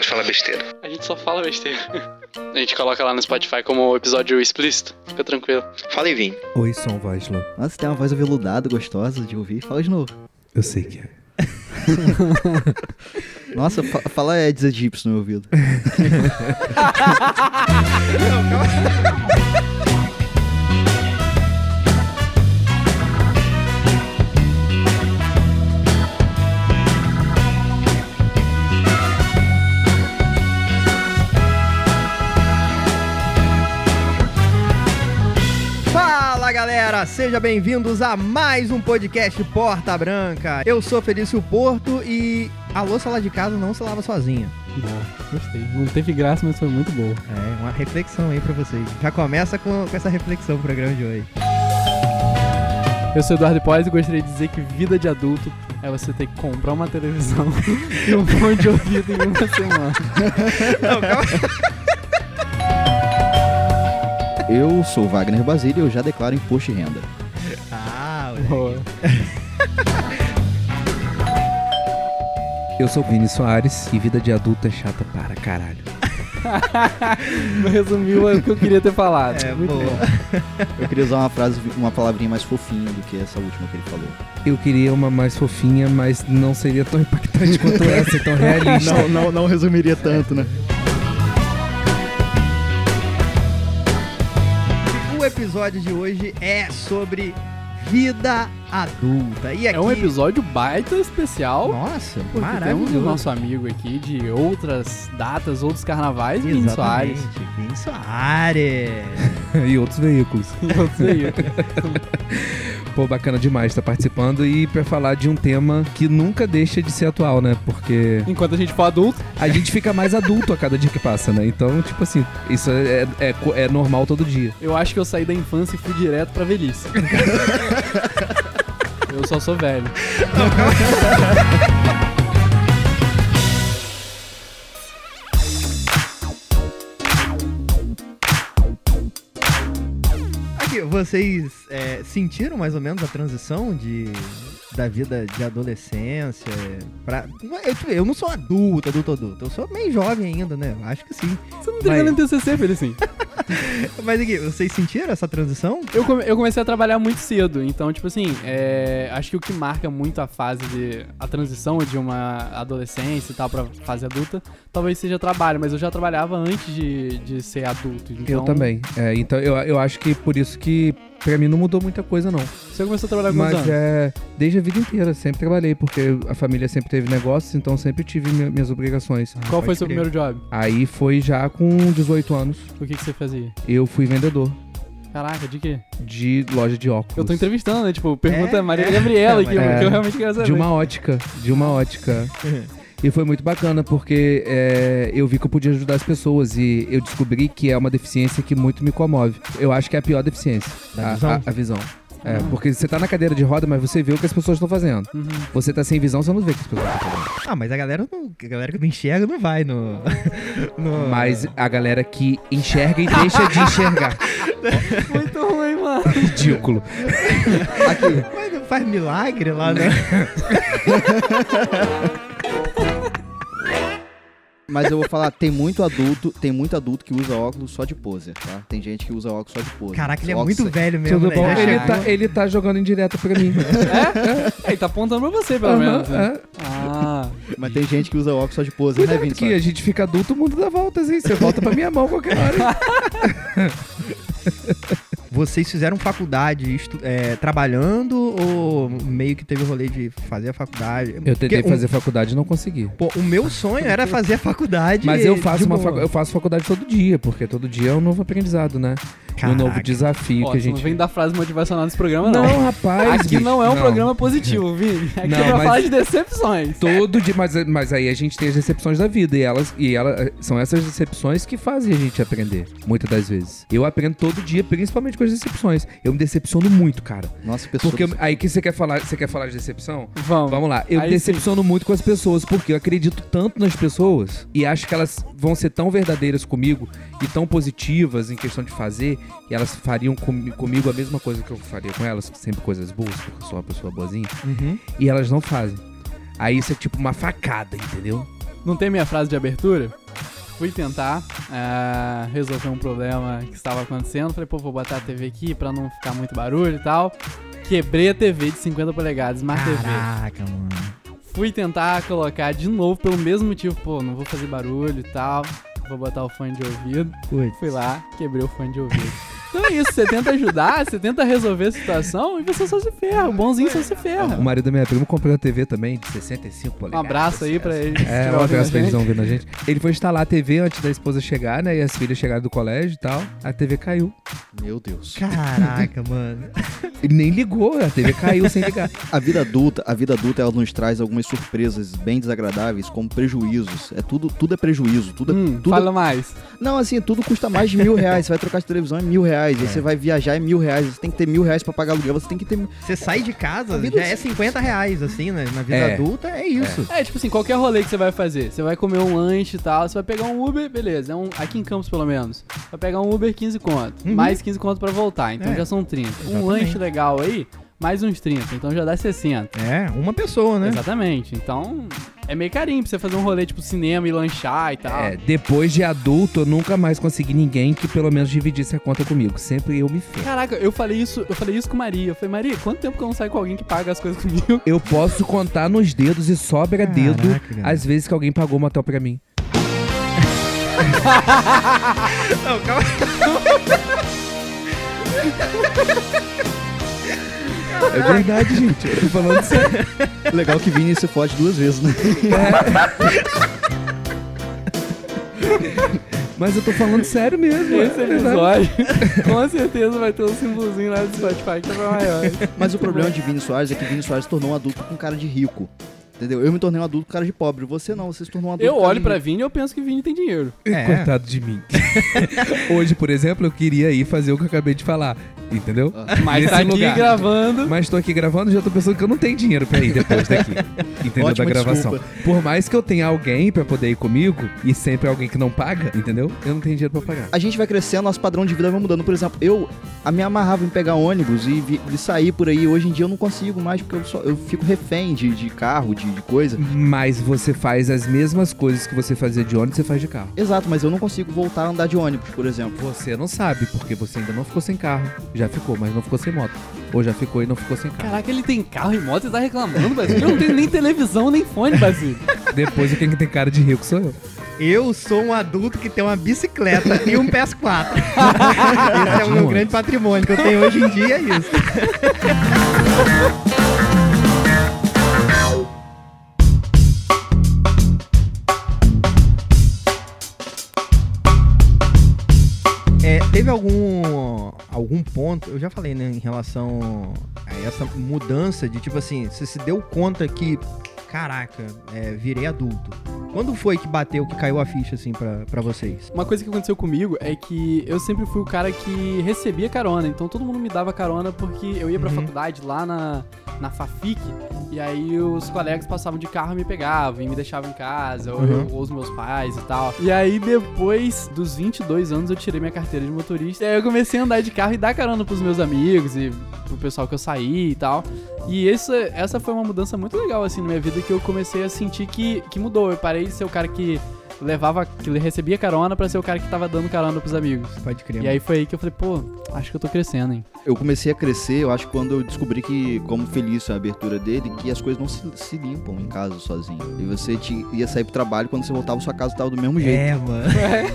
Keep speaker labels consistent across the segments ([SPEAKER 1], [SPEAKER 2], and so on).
[SPEAKER 1] de falar besteira.
[SPEAKER 2] A gente só fala besteira. A gente coloca lá no Spotify como episódio explícito. Fica tranquilo.
[SPEAKER 1] Fala e vim.
[SPEAKER 3] Oi, Som Vaisla.
[SPEAKER 4] Nossa, tem uma voz aveludada, gostosa de ouvir. Fala de novo.
[SPEAKER 3] Eu sei que é.
[SPEAKER 4] Nossa, fa fala Eds Egípcio no meu ouvido.
[SPEAKER 5] Fala galera, sejam bem-vindos a mais um podcast Porta Branca. Eu sou Felício Porto e a louça lá de casa não se lava sozinha.
[SPEAKER 6] Boa, gostei. Não teve graça, mas foi muito boa.
[SPEAKER 5] É, uma reflexão aí pra vocês. Já começa com, com essa reflexão o programa de hoje.
[SPEAKER 6] Eu sou Eduardo Pós e gostaria de dizer que vida de adulto é você ter que comprar uma televisão e um fone de ouvido em uma semana.
[SPEAKER 4] Eu sou Wagner Basílio e eu já declaro imposto de renda.
[SPEAKER 5] Ah,
[SPEAKER 6] Boa.
[SPEAKER 3] Eu sou o Vini Soares e vida de adulto é chata para caralho.
[SPEAKER 6] Resumiu o que eu queria ter falado.
[SPEAKER 5] é,
[SPEAKER 6] muito bom.
[SPEAKER 5] boa.
[SPEAKER 4] Eu queria usar uma frase, uma palavrinha mais fofinha do que essa última que ele falou.
[SPEAKER 3] Eu queria uma mais fofinha, mas não seria tão impactante quanto essa, tão realista.
[SPEAKER 4] não, não resumiria tanto, né?
[SPEAKER 5] O episódio de hoje é sobre vida adulta. E aqui...
[SPEAKER 6] É um episódio baita especial.
[SPEAKER 5] Nossa,
[SPEAKER 6] Porque temos o
[SPEAKER 5] maravilhoso.
[SPEAKER 6] nosso amigo aqui de outras datas, outros carnavais, Vini
[SPEAKER 5] Exatamente,
[SPEAKER 6] Soares.
[SPEAKER 5] Vini Soares.
[SPEAKER 3] e outros veículos.
[SPEAKER 6] Eu sei.
[SPEAKER 3] Pô, bacana demais estar participando e pra falar de um tema que nunca deixa de ser atual, né? Porque
[SPEAKER 6] Enquanto a gente for adulto,
[SPEAKER 3] a gente fica mais adulto a cada dia que passa, né? Então, tipo assim, isso é, é, co- é normal todo dia.
[SPEAKER 6] eu acho que eu saí da infância e fui direto pra velhice. eu só sou velho.
[SPEAKER 5] Aqui, vocês é, sentiram mais ou menos a transição de da vida de adolescência pra... Eu, tipo, eu não sou adulto, adulto, adulto. Eu sou meio jovem ainda, né? Eu Acho que sim.
[SPEAKER 6] Você não teve
[SPEAKER 5] Mas-
[SPEAKER 6] no TCC, filho, assim.
[SPEAKER 5] Mas aqui, vocês sentiram essa transição?
[SPEAKER 6] Eu, come- eu comecei a trabalhar muito cedo, então, tipo assim, é, acho que o que marca muito a fase de. a transição de uma adolescência e tal pra fase adulta, talvez seja trabalho, mas eu já trabalhava antes de, de ser adulto. Então,
[SPEAKER 3] Eu também. É, então, eu, eu acho que por isso que pra mim não mudou muita coisa, não.
[SPEAKER 6] Você começou a trabalhar com
[SPEAKER 3] Mas
[SPEAKER 6] quantos anos?
[SPEAKER 3] é. Desde a vida inteira, sempre trabalhei, porque a família sempre teve negócios, então sempre tive mi- minhas obrigações.
[SPEAKER 6] Qual foi
[SPEAKER 5] Pode
[SPEAKER 6] seu
[SPEAKER 5] crer.
[SPEAKER 6] primeiro job?
[SPEAKER 3] Aí foi já com 18 anos,
[SPEAKER 6] O que, que você fazia?
[SPEAKER 3] eu fui vendedor
[SPEAKER 6] Caraca, de quê?
[SPEAKER 3] de loja de óculos.
[SPEAKER 6] Eu tô entrevistando, né? Tipo, pergunta
[SPEAKER 5] É,
[SPEAKER 6] a Maria
[SPEAKER 5] é.
[SPEAKER 6] Gabriela aqui,
[SPEAKER 3] É.
[SPEAKER 6] porque eu realmente quero saber.
[SPEAKER 3] De uma ótica, de uma ótica. E foi muito bacana, porque é, eu vi que eu podia ajudar as pessoas e eu descobri que é uma deficiência que muito me comove. Eu acho que é a pior deficiência.
[SPEAKER 5] Da
[SPEAKER 3] a
[SPEAKER 5] visão?
[SPEAKER 3] A, a visão. É, porque você tá na cadeira de roda, mas você vê o que as pessoas estão fazendo.
[SPEAKER 6] Ah. Uhum.
[SPEAKER 3] Você tá sem visão, você não vê o que as pessoas estão fazendo.
[SPEAKER 5] Ah, mas a galera, não, a galera que não enxerga não vai no... no-
[SPEAKER 3] Mas a galera que enxerga e deixa de enxergar.
[SPEAKER 6] Muito ruim, mano.
[SPEAKER 3] Ridículo.
[SPEAKER 5] Mas não faz milagre lá, né?
[SPEAKER 4] Mas eu vou falar, tem muito adulto, tem muito adulto que usa óculos só de poser, tá? Tem gente que usa óculos só de poser.
[SPEAKER 5] Caraca, ele é
[SPEAKER 4] Óculos-
[SPEAKER 5] muito velho mesmo,
[SPEAKER 3] Tudo
[SPEAKER 5] né?
[SPEAKER 3] bom?
[SPEAKER 5] Já
[SPEAKER 3] Ele
[SPEAKER 5] chegou.
[SPEAKER 3] tá, ele tá jogando indireto pra mim.
[SPEAKER 6] É? Ele tá apontando pra você, pelo menos. né?
[SPEAKER 3] Aham, é.
[SPEAKER 6] Ah.
[SPEAKER 4] Mas tem gente que usa óculos só de poser, né,
[SPEAKER 3] Cuidado
[SPEAKER 4] Vini?
[SPEAKER 3] que a gente fica adulto, o mundo dá voltas, hein? Você volta pra minha mão qualquer hora.
[SPEAKER 5] Vocês fizeram faculdade estu- é, trabalhando ou meio que teve o rolê de fazer a faculdade?
[SPEAKER 3] Eu tentei
[SPEAKER 5] Porque um-
[SPEAKER 3] fazer faculdade e não consegui.
[SPEAKER 5] Pô, o meu sonho era fazer a faculdade.
[SPEAKER 3] Mas eu
[SPEAKER 5] de
[SPEAKER 3] faço, uma
[SPEAKER 5] boa.
[SPEAKER 3] facu- eu faço faculdade todo dia, porque todo dia é um novo aprendizado, né? Um
[SPEAKER 5] Caraca.
[SPEAKER 3] novo desafio
[SPEAKER 6] Ó,
[SPEAKER 3] que a
[SPEAKER 6] tu não
[SPEAKER 3] gente...
[SPEAKER 6] vem dar frase motivacional nesse programa, não.
[SPEAKER 3] Não, rapaz.
[SPEAKER 6] Aqui
[SPEAKER 3] bicho,
[SPEAKER 6] não é um programa positivo, Vini. Aqui
[SPEAKER 3] Não,
[SPEAKER 6] é pra
[SPEAKER 3] mas-
[SPEAKER 6] falar de decepções.
[SPEAKER 3] Todo dia, mas, mas aí a gente tem as decepções da vida e elas e ela, são essas decepções que fazem a gente aprender, muitas das vezes. Eu aprendo todo dia, principalmente com as decepções. Eu me decepciono muito, cara.
[SPEAKER 4] Nossa, pessoa.
[SPEAKER 3] Porque eu- aí que você quer falar, você quer falar de decepção?
[SPEAKER 6] Vamos.
[SPEAKER 3] Vamos lá, eu me
[SPEAKER 6] Aí
[SPEAKER 3] decepciono muito com as pessoas, porque eu acredito tanto nas pessoas e acho que elas vão ser tão verdadeiras comigo e tão positivas em questão de fazer, que elas fariam com- comigo a mesma coisa que eu faria com elas, sempre coisas boas, porque eu sou uma pessoa boazinha,
[SPEAKER 5] Uhum.
[SPEAKER 3] e elas não fazem. Aí isso é tipo uma facada, entendeu?
[SPEAKER 6] Não tem minha frase de abertura? Fui tentar ah, resolver um problema que estava acontecendo. Falei, pô, vou botar a TV aqui pra não ficar muito barulho e tal. Quebrei a TV de 50 polegadas, Smart TV.
[SPEAKER 5] Caraca, mano.
[SPEAKER 6] Fui tentar colocar de novo pelo mesmo motivo. Pô, não vou fazer barulho e tal. Vou botar o fone de ouvido.
[SPEAKER 5] Putz.
[SPEAKER 6] Fui lá, quebrei o fone de ouvido. Então é isso, você tenta ajudar, você tenta resolver a situação e você só se ferra. O bonzinho só se ferra.
[SPEAKER 3] O marido da minha prima comprou uma TV também, de 65
[SPEAKER 6] É. Um
[SPEAKER 3] polegadas.
[SPEAKER 6] abraço aí pra eles.
[SPEAKER 3] É, um abraço pra eles ouvindo a gente. Ele foi instalar a TV antes da esposa chegar, né? E as filhas chegaram do colégio e tal. A TV caiu.
[SPEAKER 4] Meu Deus.
[SPEAKER 5] Caraca, mano.
[SPEAKER 3] Ele nem ligou, a TV caiu sem ligar.
[SPEAKER 4] A vida adulta, a vida adulta, ela nos traz algumas surpresas bem desagradáveis, como prejuízos. É tudo, tudo é prejuízo, tudo, é-
[SPEAKER 6] Hum,
[SPEAKER 4] tudo
[SPEAKER 6] Fala mais.
[SPEAKER 4] Não, assim, tudo custa mais de mil reais. Você vai trocar de televisão é mil reais. Aí você vai viajar é mil reais. Você tem que ter mil reais pra pagar aluguel. Você tem que ter.
[SPEAKER 5] Você sai de casa,
[SPEAKER 4] A vida
[SPEAKER 5] já é 50 reais, assim, né? Na vida
[SPEAKER 3] É.
[SPEAKER 5] adulta é isso.
[SPEAKER 6] É, tipo assim, qualquer rolê que você vai fazer, você vai comer um lanche e tal, você vai pegar um Uber, beleza, é um, aqui em Campos pelo menos, vai pegar um Uber 15 conto,
[SPEAKER 5] Uhum.
[SPEAKER 6] mais 15 conto pra voltar, então
[SPEAKER 5] É.
[SPEAKER 6] já são 30.
[SPEAKER 5] Exatamente.
[SPEAKER 6] Um lanche legal aí, mais uns 30, então já dá 60.
[SPEAKER 5] É, uma pessoa, né?
[SPEAKER 6] Exatamente, então é meio carinho pra você fazer um rolê tipo cinema e lanchar e tal.
[SPEAKER 5] Ah.
[SPEAKER 3] É, depois de adulto, eu nunca mais consegui ninguém que pelo menos dividisse a conta comigo. Sempre eu me ferro.
[SPEAKER 6] Caraca, eu falei isso, eu falei isso com Maria. Eu falei, Maria, quanto tempo que eu não saio com alguém que paga as coisas comigo?
[SPEAKER 3] Eu posso contar nos dedos e sobra dedo
[SPEAKER 5] Caraca, cara.
[SPEAKER 3] as vezes que alguém pagou o motel pra mim.
[SPEAKER 5] Não, calma.
[SPEAKER 3] É verdade, gente. Eu tô falando sério.
[SPEAKER 4] Legal que Vini se fode duas vezes, né?
[SPEAKER 3] Mas eu tô falando sério mesmo.
[SPEAKER 6] Esse
[SPEAKER 3] é verdade.
[SPEAKER 6] episódio, com certeza vai ter um símbolozinho lá do Spotify que vai maior.
[SPEAKER 4] Mas o problema de Vini Soares é que Vini Soares se tornou um adulto com cara de rico. Entendeu? Eu me tornei um adulto com cara de pobre. Você não, você se tornou um adulto.
[SPEAKER 6] Eu
[SPEAKER 4] com cara
[SPEAKER 6] olho
[SPEAKER 4] de
[SPEAKER 6] pra
[SPEAKER 4] rico.
[SPEAKER 6] Vini e eu penso que Vini tem dinheiro.
[SPEAKER 5] É,
[SPEAKER 3] Coitado de mim. Hoje, por exemplo, eu queria ir fazer o que eu acabei de falar. Entendeu?
[SPEAKER 6] Mas
[SPEAKER 3] Nesse
[SPEAKER 6] tá aqui
[SPEAKER 3] lugar.
[SPEAKER 6] gravando.
[SPEAKER 3] Mas tô aqui gravando e já tô pensando que eu não tenho dinheiro pra ir depois daqui. Entendeu?
[SPEAKER 4] Ótima
[SPEAKER 3] da gravação.
[SPEAKER 4] desculpa.
[SPEAKER 3] Por mais que eu tenha alguém pra poder ir comigo, e sempre alguém que não paga, entendeu? Eu não tenho dinheiro pra pagar.
[SPEAKER 4] a gente vai crescendo, nosso padrão de vida vai mudando. Por exemplo, eu a me amarrava em pegar ônibus e, vi- e sair por aí. Hoje em dia eu não consigo mais, porque eu, só, eu fico refém de, de carro, de, de coisa.
[SPEAKER 3] Mas você faz as mesmas coisas que você fazia de ônibus, você faz de carro.
[SPEAKER 4] Exato, mas eu não consigo voltar a andar de ônibus, por exemplo.
[SPEAKER 3] Você não sabe, porque você ainda não ficou sem carro. Já ficou, mas não ficou sem moto. Ou já ficou e não ficou sem carro.
[SPEAKER 6] Caraca, ele tem carro e moto e tá reclamando, Basílio. Eu não tenho nem televisão, nem fone, Basílio.
[SPEAKER 3] Depois, quem tem cara de rico sou eu.
[SPEAKER 5] eu sou um adulto que tem uma bicicleta e um PS4. Esse é o meu grande patrimônio que eu tenho hoje em dia, é isso. É, teve algum algum ponto, eu já falei, né, em relação a essa mudança de tipo assim, você se deu conta que, caraca, é, virei adulto. Quando foi que bateu, que caiu a ficha assim pra, pra vocês?
[SPEAKER 6] Uma coisa que aconteceu comigo é que eu sempre fui o cara que recebia carona, então todo mundo me dava carona porque eu ia pra
[SPEAKER 5] Uhum.
[SPEAKER 6] faculdade lá na, na Fafic e aí os colegas passavam de carro e me pegavam e me deixavam em casa, ou,
[SPEAKER 5] Uhum.
[SPEAKER 6] eu- ou os meus pais e tal. E aí depois dos 22 anos eu tirei minha carteira de motorista e aí eu comecei a andar de carro e dar carona pros meus amigos e pro pessoal que eu saí e tal. E essa, essa foi uma mudança muito legal assim na minha vida que eu comecei a sentir que, que mudou. Eu parei de ser o cara que levava, que recebia carona pra ser o cara que tava dando carona pros amigos.
[SPEAKER 5] Pode crer.
[SPEAKER 6] E aí foi aí que eu falei, pô, acho que eu tô crescendo, hein?
[SPEAKER 4] Eu comecei a crescer, eu acho, quando eu descobri que, como feliz a abertura dele, que as coisas não se, se limpam em casa sozinho. E você ti- ia sair pro trabalho, quando você voltava, sua casa tava do mesmo jeito.
[SPEAKER 5] É, mano.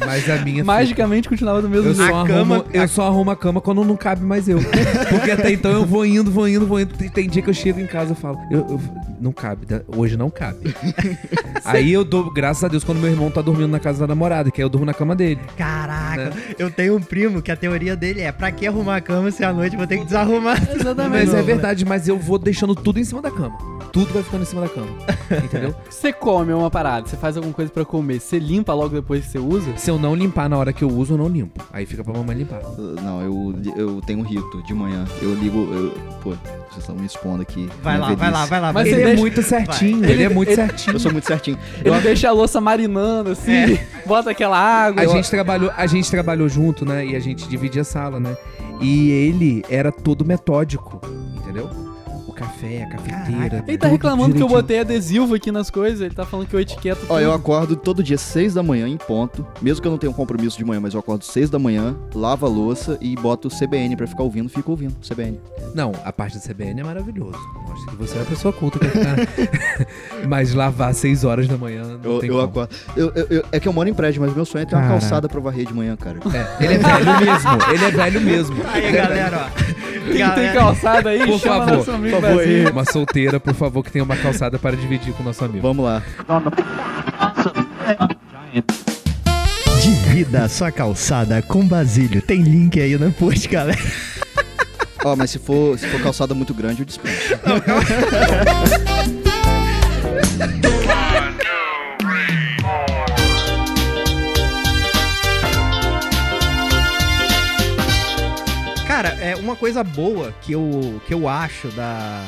[SPEAKER 3] Mas a minha assim,
[SPEAKER 6] Magicamente continuava do mesmo
[SPEAKER 3] Eu
[SPEAKER 6] jeito.
[SPEAKER 3] só,
[SPEAKER 5] A
[SPEAKER 3] arrumo,
[SPEAKER 5] cama-
[SPEAKER 3] eu só arrumo a cama quando não cabe mais eu. Porque até então eu vou indo, vou indo, vou indo. Tem, tem dia que eu chego em casa e falo, eu, eu- não cabe, da- hoje não cabe. aí eu dou, graças a Deus, quando meu irmão tá dormindo na casa da namorada, que aí eu durmo na cama dele.
[SPEAKER 5] Caraca,
[SPEAKER 6] Né?
[SPEAKER 5] eu tenho um primo que a teoria dele é: pra que arrumar a cama se à noite eu vou ter que desarrumar?
[SPEAKER 6] Exatamente.
[SPEAKER 3] Mas
[SPEAKER 5] não,
[SPEAKER 3] é
[SPEAKER 5] né?
[SPEAKER 3] verdade, mas eu vou deixando tudo em cima da cama. Tudo vai ficando em cima da cama. Entendeu?
[SPEAKER 6] Você come uma parada, você faz alguma coisa pra comer, você limpa logo depois que você usa?
[SPEAKER 3] Se eu não limpar na hora que eu uso, eu não limpo. Aí fica pra mamãe limpar.
[SPEAKER 4] Uh, Não, eu, eu tenho um rito de manhã. Eu ligo. eu- pô, vocês estão me expondo aqui.
[SPEAKER 5] Vai lá,
[SPEAKER 4] minha
[SPEAKER 5] vai
[SPEAKER 4] velhice.
[SPEAKER 5] lá, vai lá.
[SPEAKER 6] Mas
[SPEAKER 5] vai
[SPEAKER 3] ele
[SPEAKER 6] você
[SPEAKER 5] lá.
[SPEAKER 3] é
[SPEAKER 6] deixa-
[SPEAKER 3] muito certinho,
[SPEAKER 6] Vai.
[SPEAKER 3] ele, é
[SPEAKER 6] Ele-
[SPEAKER 3] muito
[SPEAKER 6] ele-
[SPEAKER 3] certinho.
[SPEAKER 4] Eu sou muito certinho.
[SPEAKER 6] Ele deixa a louça marinando, assim, bota aquela água.
[SPEAKER 3] A gente, trabalhou, a gente trabalhou junto, né? E a gente dividia a sala, né? E ele era todo metódico, entendeu? O café, a cafeteira.
[SPEAKER 6] Ele tá
[SPEAKER 3] tudo
[SPEAKER 6] reclamando que
[SPEAKER 3] direitinho.
[SPEAKER 6] eu botei adesivo aqui nas coisas, ele tá falando que eu etiqueto.
[SPEAKER 4] Ó,
[SPEAKER 6] tudo.
[SPEAKER 4] eu acordo todo dia 6 da manhã em ponto. Mesmo que eu não tenha um compromisso de manhã, mas eu acordo 6 da manhã, lavo a louça e boto o CBN pra ficar ouvindo, fico ouvindo CBN.
[SPEAKER 3] Não, a parte do CBN é maravilhoso. Mostra que você é uma pessoa culta. Que tá... Mas lavar às 6 horas da manhã não
[SPEAKER 4] Eu,
[SPEAKER 3] tem
[SPEAKER 4] eu
[SPEAKER 3] como.
[SPEAKER 4] acordo. eu- eu- eu- é que eu moro em prédio, mas meu sonho é ter uma
[SPEAKER 3] Caraca.
[SPEAKER 4] calçada pra varrer de manhã, cara.
[SPEAKER 3] É, ele é velho mesmo. Ele é velho mesmo.
[SPEAKER 5] Aí, galera, ó.
[SPEAKER 6] Quem tem
[SPEAKER 5] Galera.
[SPEAKER 6] calçada aí,
[SPEAKER 3] Por
[SPEAKER 6] chama
[SPEAKER 3] favor,
[SPEAKER 6] nosso amigo
[SPEAKER 4] por favor,
[SPEAKER 6] Brasil.
[SPEAKER 3] Uma solteira, por favor, que tenha uma calçada para dividir com o nosso amigo.
[SPEAKER 4] Vamos lá.
[SPEAKER 5] Divida a sua calçada com Basílio. Tem link aí no post, galera.
[SPEAKER 4] Ó, mas se for, se for calçada muito grande, eu dispenso.
[SPEAKER 5] Cara, é uma coisa boa que eu, que eu acho da,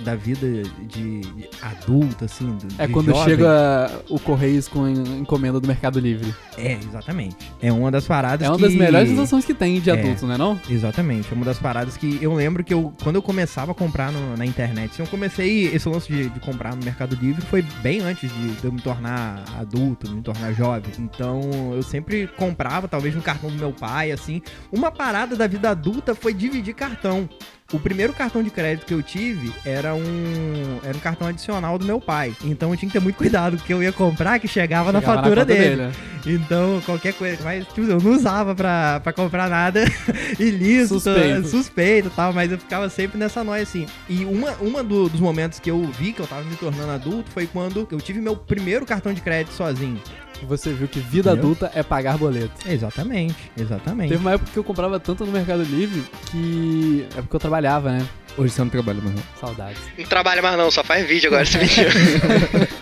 [SPEAKER 5] da vida de, de adulta, assim. do-
[SPEAKER 6] É
[SPEAKER 5] de
[SPEAKER 6] quando
[SPEAKER 5] jovem.
[SPEAKER 6] chega o Correios com en- encomenda do Mercado Livre.
[SPEAKER 5] É, exatamente. É uma das paradas
[SPEAKER 6] É uma
[SPEAKER 5] que-
[SPEAKER 6] das melhores sensações que tem de
[SPEAKER 5] É.
[SPEAKER 6] adulto, né não?
[SPEAKER 5] Exatamente, é uma das paradas que eu lembro que eu, quando eu começava a comprar no- na internet, assim, eu comecei esse lance de, de comprar no Mercado Livre foi bem antes de, de eu me tornar adulto, me tornar jovem. Então eu sempre comprava, talvez no cartão do meu pai, assim. Uma parada da vida adulta foi dividir cartão. O primeiro cartão de crédito que eu tive era um, era um cartão adicional do meu pai. Então eu tinha que ter muito cuidado, porque eu ia comprar que chegava, na
[SPEAKER 6] Chegava
[SPEAKER 5] fatura
[SPEAKER 6] conta
[SPEAKER 5] dele.
[SPEAKER 6] né?
[SPEAKER 5] Então, qualquer coisa. Mas, tipo, eu não usava pra, pra comprar nada ilícito,
[SPEAKER 6] Suspeito.
[SPEAKER 5] suspeito e tal, mas eu ficava sempre nessa noia, assim. E uma, uma do- dos momentos que eu vi que eu tava me tornando adulto foi quando eu tive meu primeiro cartão de crédito sozinho.
[SPEAKER 6] é. Você viu que vida
[SPEAKER 5] Entendeu?
[SPEAKER 6] adulta é pagar boleto.
[SPEAKER 5] Exatamente, exatamente.
[SPEAKER 6] Teve uma época que eu comprava tanto no Mercado Livre que. É porque eu trabalhava, né?
[SPEAKER 3] Hoje você não trabalha, meu irmão.
[SPEAKER 6] Saudades.
[SPEAKER 1] Não trabalha mais não, só faz vídeo agora esse vídeo.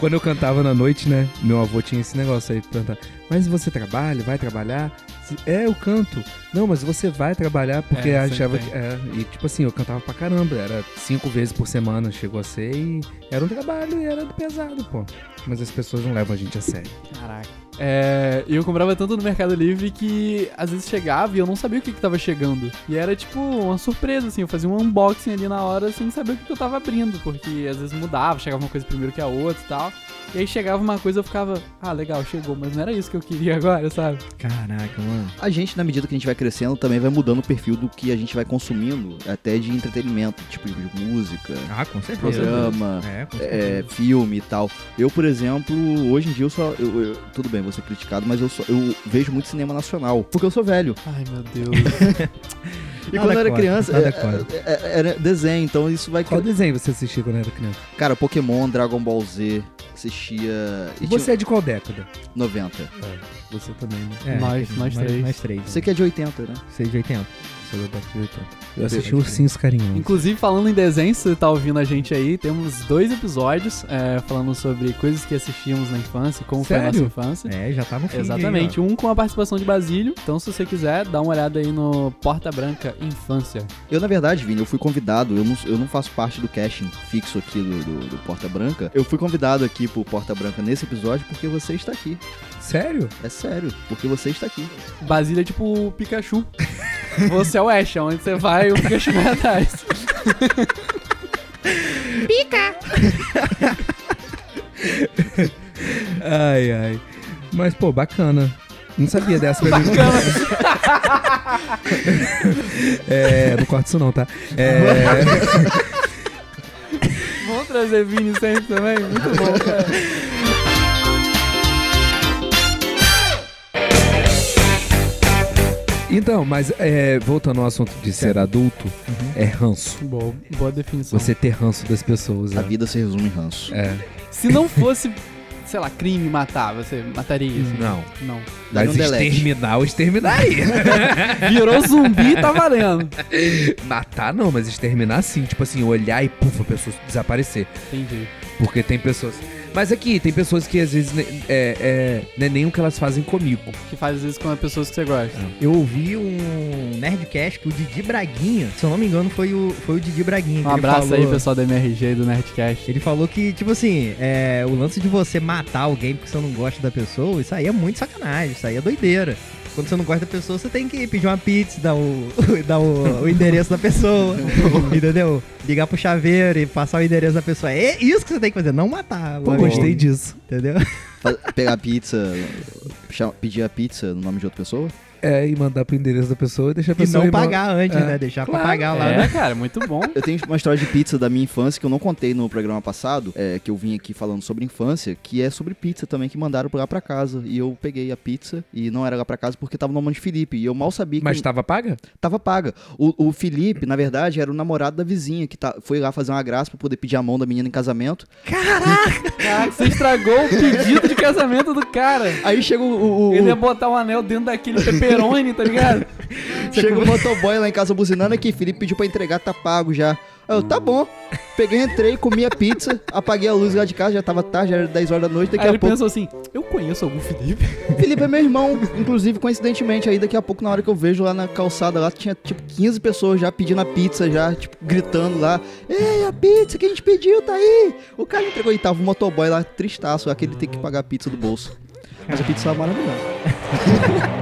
[SPEAKER 3] Quando eu cantava na noite, né? Meu avô tinha esse negócio aí de perguntar. Mas você trabalha? Vai trabalhar? Se- É, eu canto. Não, mas você vai trabalhar porque
[SPEAKER 6] É, sempre
[SPEAKER 3] achava
[SPEAKER 6] tem.
[SPEAKER 3] que. É, e tipo assim, eu cantava pra caramba. Era cinco vezes por semana, chegou a ser e era um trabalho e era pesado, pô. Mas as pessoas não levam a gente a sério.
[SPEAKER 6] Caraca. É, e eu comprava tanto no Mercado Livre que às vezes chegava e eu não sabia o que, que tava chegando. E era tipo uma surpresa, assim, eu fazia um unboxing ali na hora sem saber o que, que eu tava abrindo, porque às vezes mudava, chegava uma coisa primeiro que a outra e tal. E aí chegava uma coisa eu ficava, ah, legal, chegou, mas não era isso que eu queria agora, sabe?
[SPEAKER 5] Caraca, mano.
[SPEAKER 4] A gente, na medida que a gente vai crescendo, também vai mudando o perfil do que a gente vai consumindo, até de entretenimento, tipo de música,
[SPEAKER 5] Ah, com certeza.
[SPEAKER 4] programa,
[SPEAKER 5] É, com
[SPEAKER 4] é,
[SPEAKER 5] certeza.
[SPEAKER 4] filme e tal. Eu, por exemplo, hoje em dia eu só. eu- eu- tudo bem, vou ser criticado, mas eu, só, eu vejo muito cinema nacional. Porque eu sou velho.
[SPEAKER 6] Ai, meu Deus.
[SPEAKER 4] E
[SPEAKER 5] Nada
[SPEAKER 4] quando eu era
[SPEAKER 5] contra,
[SPEAKER 4] criança,
[SPEAKER 5] nada
[SPEAKER 4] é-
[SPEAKER 5] contra.
[SPEAKER 4] é- é- era desenho, então isso vai.
[SPEAKER 3] Qual desenho você assistia quando era criança?
[SPEAKER 4] Cara, Pokémon, Dragon Ball Z, assistia. E
[SPEAKER 3] Você
[SPEAKER 4] tinha
[SPEAKER 3] é de qual década?
[SPEAKER 4] 90.
[SPEAKER 3] Você também, né?
[SPEAKER 5] É,
[SPEAKER 6] Nós- nós três.
[SPEAKER 5] Nós três.
[SPEAKER 4] Você que é de 80, né?
[SPEAKER 5] 6 de 80.
[SPEAKER 3] Você é da década de 80. Eu
[SPEAKER 4] assisti
[SPEAKER 3] assisti Ursinhos Carinhosos.
[SPEAKER 6] Inclusive, falando em desenho, se você tá ouvindo a gente aí, temos dois episódios é, falando sobre coisas que assistíamos na infância, como foi a
[SPEAKER 3] Sério?
[SPEAKER 6] nossa infância.
[SPEAKER 5] É, já tá no fim.
[SPEAKER 6] Exatamente, um com a participação de Basílio. Então, se você quiser, dá uma olhada aí no Porta Branca Infância.
[SPEAKER 4] Eu, na verdade, Vini, eu fui convidado, eu não, eu não faço parte do casting fixo aqui do, do- do Porta Branca. Eu fui convidado aqui pro Porta Branca nesse episódio porque você está aqui.
[SPEAKER 3] Sério?
[SPEAKER 4] É sério, porque você está aqui.
[SPEAKER 6] Basílio é tipo o Pikachu. Você é o Ash, onde você vai, o Pikachu vai atrás.
[SPEAKER 3] Ai, ai. Mas, pô, bacana. Não sabia dessa. mas- é, não corta isso não, tá? É,
[SPEAKER 6] Vamos trazer Vini sempre também? Muito bom, cara.
[SPEAKER 3] então, mas é, voltando ao assunto de ser adulto, é ranço.
[SPEAKER 6] Boa, boa definição.
[SPEAKER 3] Você ter ranço das pessoas.
[SPEAKER 4] A
[SPEAKER 5] É.
[SPEAKER 3] né?
[SPEAKER 4] vida se resume em ranço.
[SPEAKER 3] É.
[SPEAKER 6] Se não fosse, sei lá, crime matar, você mataria? assim?
[SPEAKER 3] é. Não.
[SPEAKER 6] Não.
[SPEAKER 3] Mas
[SPEAKER 4] Daria um delete.
[SPEAKER 3] exterminar, eu exterminaria.
[SPEAKER 6] Virou zumbi e tá valendo.
[SPEAKER 3] Matar não, mas exterminar sim. Tipo assim, olhar e puf, a pessoa desaparecer.
[SPEAKER 6] Entendi.
[SPEAKER 3] Porque tem pessoas. Mas aqui, tem pessoas que às vezes né, é, é, não é nem o que elas fazem comigo.
[SPEAKER 6] Que faz às vezes com as pessoas que você gosta.
[SPEAKER 5] Eu ouvi um Nerdcast que o Didi Braguinha, se eu não me engano, foi o, foi o Didi Braguinha. que
[SPEAKER 6] Um
[SPEAKER 5] ele
[SPEAKER 6] abraço aí,
[SPEAKER 5] falou-
[SPEAKER 6] pessoal da MRG e do Nerdcast.
[SPEAKER 5] Ele falou que, tipo assim, é, o lance de você matar alguém porque você não gosta da pessoa, isso aí é muito sacanagem, isso aí é doideira. Quando você não gosta da pessoa, você tem que pedir uma pizza, dar o, dar o, o endereço da pessoa, entendeu? Ligar pro chaveiro e passar o endereço da pessoa. É isso que você tem que fazer, não matar. o
[SPEAKER 3] Pô,
[SPEAKER 5] amigo,
[SPEAKER 3] gostei disso.
[SPEAKER 5] Entendeu?
[SPEAKER 4] Fa- Pegar pizza, cha- pedir a pizza no nome de outra pessoa?
[SPEAKER 3] É, e mandar pro endereço da pessoa e deixar a
[SPEAKER 5] E
[SPEAKER 3] pessoa.
[SPEAKER 5] não
[SPEAKER 3] ir mal-
[SPEAKER 5] pagar antes,
[SPEAKER 3] É.
[SPEAKER 5] né? Deixar
[SPEAKER 3] Claro,
[SPEAKER 5] pra pagar lá.
[SPEAKER 6] É,
[SPEAKER 5] né?
[SPEAKER 6] cara, muito bom.
[SPEAKER 4] Eu tenho uma história de pizza da minha infância que eu não contei no programa passado, é, que eu vim aqui falando sobre infância, que é sobre pizza também, que mandaram lá pra casa. E eu peguei a pizza e não era lá pra casa porque tava no nome de Felipe. E eu mal sabia que
[SPEAKER 3] Mas tá- tava paga?
[SPEAKER 4] tava paga. O, o Felipe, na verdade, era o namorado da vizinha que tá- foi lá fazer uma graça pra poder pedir a mão da menina em casamento.
[SPEAKER 6] Caraca, você estragou o pedido de casamento do cara.
[SPEAKER 4] Aí chega o, o- o-
[SPEAKER 6] Ele ia botar um anel dentro daquele pepperoni, tá ligado?
[SPEAKER 4] chega o motoboy lá em casa buzinando aqui. Felipe pediu pra entregar, tá pago já. Aí eu, tá bom. Peguei, entrei, comi a pizza, apaguei a luz lá de casa, já tava tarde, já era 10 horas da noite, daqui
[SPEAKER 6] Aí
[SPEAKER 4] a
[SPEAKER 6] ele
[SPEAKER 4] pouco.
[SPEAKER 6] pensou assim, eu conheço algum Felipe?
[SPEAKER 4] Felipe é meu irmão, inclusive, coincidentemente, aí daqui a pouco, na hora que eu vejo lá na calçada, lá tinha tipo 15 pessoas já pedindo a pizza, já, tipo, gritando lá. Ei, a pizza que a gente pediu, tá aí! O cara entregou e tava o motoboy lá, tristaço, aquele tem que pagar a pizza do bolso. Mas a pizza tava maravilhosa.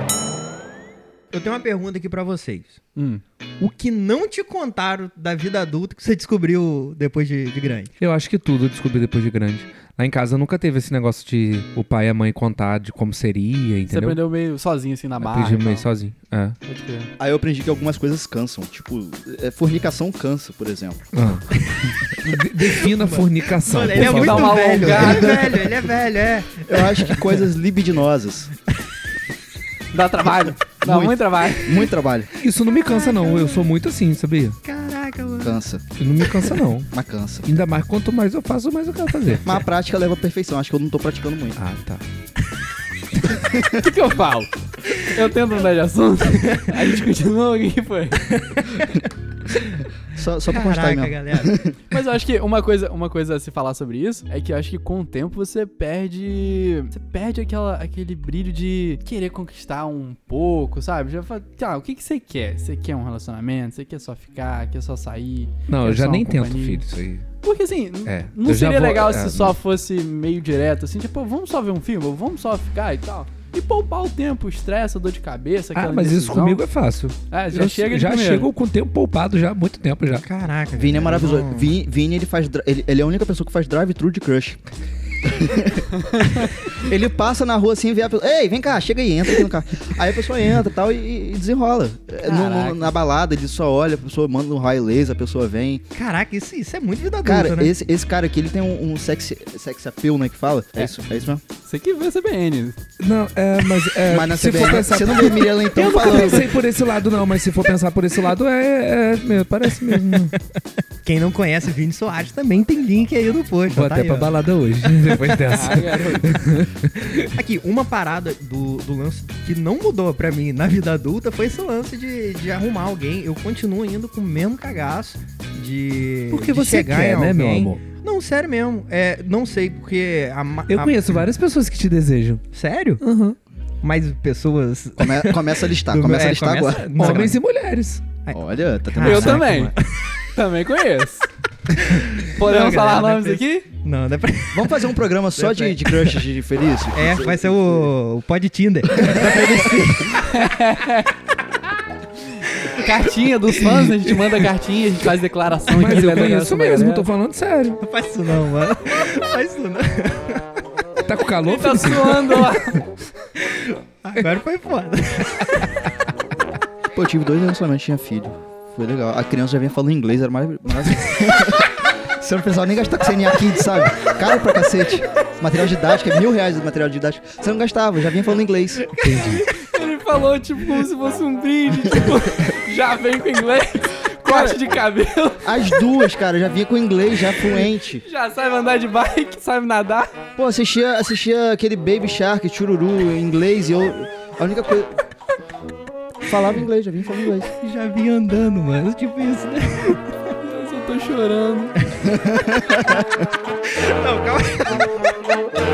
[SPEAKER 5] Eu tenho uma pergunta aqui pra vocês.
[SPEAKER 6] Hum.
[SPEAKER 5] O que não te contaram da vida adulta que você descobriu depois de, de grande?
[SPEAKER 3] Eu acho que tudo eu descobri depois de grande. Lá em casa nunca teve esse negócio de o pai e a mãe contar de como seria,
[SPEAKER 6] Você
[SPEAKER 3] entendeu?
[SPEAKER 6] aprendeu meio sozinho, assim, na barra.
[SPEAKER 3] Aprendi
[SPEAKER 6] e
[SPEAKER 3] meio
[SPEAKER 6] tal.
[SPEAKER 3] sozinho. É.
[SPEAKER 6] Pode crer.
[SPEAKER 4] Aí eu aprendi que algumas coisas cansam, tipo, é, fornicação cansa, por exemplo.
[SPEAKER 3] De- Defina fornicação.
[SPEAKER 5] Mano,
[SPEAKER 3] por
[SPEAKER 5] ele é
[SPEAKER 3] favor.
[SPEAKER 5] muito
[SPEAKER 6] Dá um uma
[SPEAKER 5] velho. Ele é
[SPEAKER 6] alongada.
[SPEAKER 5] velho, ele é velho, é.
[SPEAKER 4] Eu acho que coisas libidinosas.
[SPEAKER 6] Dá trabalho. Dá
[SPEAKER 4] Muito.
[SPEAKER 6] muito trabalho.
[SPEAKER 4] Muito trabalho.
[SPEAKER 3] Isso não me cansa, não. Eu sou muito assim, sabia?
[SPEAKER 5] Caraca, mano.
[SPEAKER 4] Cansa,
[SPEAKER 3] Isso não me cansa, não.
[SPEAKER 4] mas cansa.
[SPEAKER 3] Ainda mais quanto mais eu faço, mais eu quero fazer.
[SPEAKER 4] Mas a prática leva à perfeição, acho que eu não tô praticando muito.
[SPEAKER 3] Ah, tá.
[SPEAKER 6] O que, que eu falo? Eu tento mudar de assunto. A gente continua o que que foi.
[SPEAKER 4] Só, só pra constar aí
[SPEAKER 5] Caraca,
[SPEAKER 4] mesmo.
[SPEAKER 5] galera.
[SPEAKER 6] Mas eu acho que uma coisa, uma coisa a se falar sobre isso é que eu acho que com o tempo você perde. Você perde aquela, aquele brilho de querer conquistar um pouco, sabe? Já fala, tá, o que, que você quer? Você quer um relacionamento? Você quer só ficar? Quer só sair?
[SPEAKER 3] Não, eu
[SPEAKER 6] Quer
[SPEAKER 3] já
[SPEAKER 6] só
[SPEAKER 3] nem
[SPEAKER 6] uma
[SPEAKER 3] tento,
[SPEAKER 6] companhia?
[SPEAKER 3] filho, isso aí.
[SPEAKER 6] Porque assim,
[SPEAKER 3] É,
[SPEAKER 6] não
[SPEAKER 3] eu já
[SPEAKER 6] seria
[SPEAKER 3] vou-
[SPEAKER 6] legal
[SPEAKER 3] é,
[SPEAKER 6] se
[SPEAKER 3] não-
[SPEAKER 6] só fosse meio direto, assim, tipo, vamos só ver um filme, ou vamos só ficar e tal. E poupar o tempo, o estresse, a dor de cabeça, aquela
[SPEAKER 3] Ah, mas isso
[SPEAKER 6] indecisão.
[SPEAKER 3] comigo é fácil.
[SPEAKER 6] É, já
[SPEAKER 3] eu
[SPEAKER 6] chega de
[SPEAKER 3] já
[SPEAKER 6] primeiro.
[SPEAKER 3] chego com o tempo poupado já há muito tempo já.
[SPEAKER 5] Caraca.
[SPEAKER 4] Vini
[SPEAKER 5] galera,
[SPEAKER 4] é maravilhoso.
[SPEAKER 5] não-
[SPEAKER 4] Vini, Vini, ele faz. dri- Ele, ele é a única pessoa que faz drive-thru de crush. ele passa na rua assim e vê a pessoa. Ei, vem cá, chega aí, entra aqui no carro. Aí a pessoa entra e tal, e, e desenrola. É, no- no-
[SPEAKER 6] Caraca.
[SPEAKER 4] na balada, ele só olha, a pessoa manda um raio laser, a pessoa vem.
[SPEAKER 5] Caraca, isso, isso é muito vida adulta,
[SPEAKER 4] Cara,
[SPEAKER 5] né?
[SPEAKER 4] esse, esse cara aqui, ele tem um, um sex, sex appeal, né? Que fala. É,
[SPEAKER 6] É.
[SPEAKER 4] isso, é isso mesmo.
[SPEAKER 6] Você que vê CBN.
[SPEAKER 3] Não, é, mas. É,
[SPEAKER 4] Mas na
[SPEAKER 3] se
[SPEAKER 4] CBN,
[SPEAKER 3] for pensar.
[SPEAKER 4] você não vê Mirella então
[SPEAKER 3] eu nunca
[SPEAKER 4] falando.
[SPEAKER 3] pensei por esse lado, não, mas se for pensar por esse lado, é. é meu, parece mesmo.
[SPEAKER 5] Quem não conhece Vini Soares também tem link aí no post.
[SPEAKER 3] Vou
[SPEAKER 5] tá
[SPEAKER 3] até
[SPEAKER 5] aí,
[SPEAKER 3] pra
[SPEAKER 5] ó.
[SPEAKER 3] balada hoje, depois dessa.
[SPEAKER 6] né?
[SPEAKER 5] Aqui, uma parada do, do lance que não mudou pra mim na vida adulta foi esse lance de, de arrumar alguém. Eu continuo indo com o mesmo cagaço de.
[SPEAKER 3] Porque
[SPEAKER 5] de
[SPEAKER 3] você
[SPEAKER 5] chegar em
[SPEAKER 3] quer, né, meu
[SPEAKER 5] alguém.
[SPEAKER 3] amor?
[SPEAKER 5] Não, sério mesmo. É, não sei, porque. A, ma-
[SPEAKER 3] Eu
[SPEAKER 5] a-
[SPEAKER 3] conheço várias pessoas que te desejam.
[SPEAKER 5] Sério?
[SPEAKER 3] Uhum.
[SPEAKER 5] Mas pessoas.
[SPEAKER 4] Come- começa a listar,
[SPEAKER 3] Ah,
[SPEAKER 5] Do-
[SPEAKER 4] começa a
[SPEAKER 5] é,
[SPEAKER 4] listar
[SPEAKER 5] começa-
[SPEAKER 4] agora.
[SPEAKER 5] Não,
[SPEAKER 3] Homens e mulheres.
[SPEAKER 4] Olha, tá tendo.
[SPEAKER 3] Ah,
[SPEAKER 5] Caraca,
[SPEAKER 6] Eu também.
[SPEAKER 5] mano.
[SPEAKER 3] é.
[SPEAKER 6] Também conheço. Podemos
[SPEAKER 5] Não, galera,
[SPEAKER 6] falar
[SPEAKER 5] não é
[SPEAKER 6] nomes
[SPEAKER 5] pra-
[SPEAKER 6] aqui?
[SPEAKER 5] Não, não é pra.
[SPEAKER 4] Vamos fazer um programa só de, de crushes de feliz?
[SPEAKER 5] É, vai ser o, o Pod Tinder.
[SPEAKER 6] Cartinha dos fãs, a gente manda cartinha, a gente faz declaração. a
[SPEAKER 3] Mas
[SPEAKER 6] gente
[SPEAKER 3] eu
[SPEAKER 6] manda
[SPEAKER 3] conheço
[SPEAKER 6] declaração pra
[SPEAKER 3] mesmo,
[SPEAKER 6] galera. É.
[SPEAKER 3] tô falando sério.
[SPEAKER 5] Não faz isso não, mano. Não faz isso não.
[SPEAKER 3] Tá com calor?
[SPEAKER 6] Tá
[SPEAKER 3] filho?
[SPEAKER 6] suando lá.
[SPEAKER 5] Agora foi foda.
[SPEAKER 4] Pô, eu tive dois anos somente, tinha filho. Foi legal. A criança já vinha falando inglês, era marav- maravilhoso. Você não precisava nem gastar com CNA Kids, sabe? Caro pra cacete. Material didático, é mil reais o material didático. Você não gastava, já vinha falando inglês.
[SPEAKER 6] Ele falou, tipo, como se fosse um brinde, tipo, já vem com inglês, corte de cabelo,
[SPEAKER 4] As duas, cara, já vinha com inglês, já fluente.
[SPEAKER 6] já sabe andar de bike, sabe nadar.
[SPEAKER 4] Pô, assistia, assistia aquele Baby Shark, Chururu, em inglês, e eu... A única coisa... Falava inglês, já vinha falando inglês.
[SPEAKER 5] Já vim andando, mano. Tipo isso, né?
[SPEAKER 6] Eu só tô chorando.
[SPEAKER 5] Não, calma aí.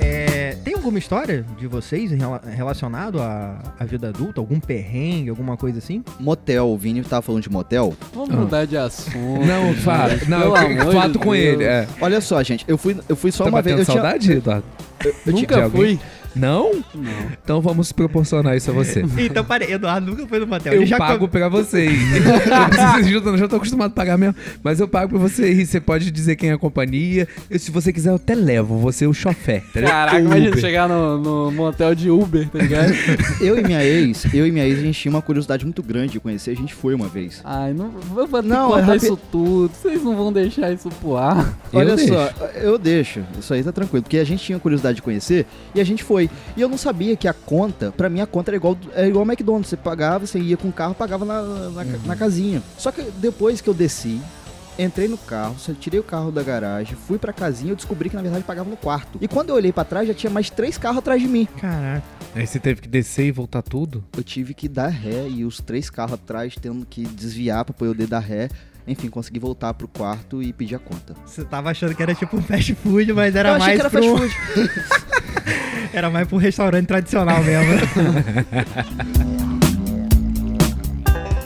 [SPEAKER 5] É, Tem alguma história de vocês em rela- relacionado à, à vida adulta? Algum perrengue, alguma coisa assim?
[SPEAKER 4] Motel, o Vini tava falando de motel.
[SPEAKER 6] Vamos mudar de assunto.
[SPEAKER 3] Ah. Não, fala.
[SPEAKER 6] gente.
[SPEAKER 3] Não,
[SPEAKER 6] Pelo amor
[SPEAKER 3] eu fato
[SPEAKER 6] de
[SPEAKER 3] com
[SPEAKER 6] Deus.
[SPEAKER 3] ele. É.
[SPEAKER 4] Olha só, gente, eu fui, eu fui só
[SPEAKER 3] Tá
[SPEAKER 4] uma
[SPEAKER 3] batendo
[SPEAKER 4] vez. Eu tinha-
[SPEAKER 3] saudade, Eduardo?
[SPEAKER 4] eu tinha-
[SPEAKER 3] De
[SPEAKER 6] Nunca
[SPEAKER 3] alguém?
[SPEAKER 6] fui.
[SPEAKER 3] Não?
[SPEAKER 6] Não.
[SPEAKER 3] Então vamos proporcionar isso a você.
[SPEAKER 5] Então, peraí, Eduardo nunca foi no motel.
[SPEAKER 3] Eu pago pra você ir. eu preciso de ajuda, eu já tô acostumado a pagar mesmo. Mas eu pago pra você ir. Você pode dizer quem é a companhia. Eu, se você quiser, eu até levo. Você é o chofé. Tá ligado?
[SPEAKER 6] Caraca,
[SPEAKER 3] Uber.
[SPEAKER 6] imagina chegar no, no motel de Uber, tá ligado?
[SPEAKER 4] Eu e minha ex, eu e minha ex, a gente tinha uma curiosidade muito grande de conhecer, a gente foi uma vez.
[SPEAKER 6] Ai, não eu vou ter
[SPEAKER 4] Não,
[SPEAKER 6] que
[SPEAKER 4] é
[SPEAKER 6] contar
[SPEAKER 4] rapi-
[SPEAKER 6] isso tudo. Vocês não vão deixar isso voar.
[SPEAKER 3] Eu
[SPEAKER 4] Olha
[SPEAKER 3] deixo.
[SPEAKER 4] só, eu deixo. Isso aí tá tranquilo. Porque a gente tinha curiosidade de conhecer e a gente foi. E eu não sabia que a conta, pra mim a conta era igual, era igual ao McDonald's. Você pagava, você ia com o carro, pagava na, na,
[SPEAKER 3] Uhum.
[SPEAKER 4] ca- na casinha. Só que depois que eu desci, entrei no carro, só tirei o carro da garagem, fui pra casinha, eu descobri que na verdade pagava no quarto. E quando eu olhei pra trás, já tinha mais três carros atrás de mim.
[SPEAKER 5] Caraca.
[SPEAKER 3] Aí você teve que descer e voltar tudo?
[SPEAKER 4] Eu tive que dar ré e os três carros atrás tendo que desviar pra poder dar ré. Enfim, consegui voltar pro quarto e pedir a conta.
[SPEAKER 5] Você tava achando que era tipo um fast food, mas era
[SPEAKER 4] eu achei
[SPEAKER 5] mais
[SPEAKER 4] que era
[SPEAKER 5] pro...
[SPEAKER 4] fast food.
[SPEAKER 5] Era mais pra um restaurante tradicional mesmo.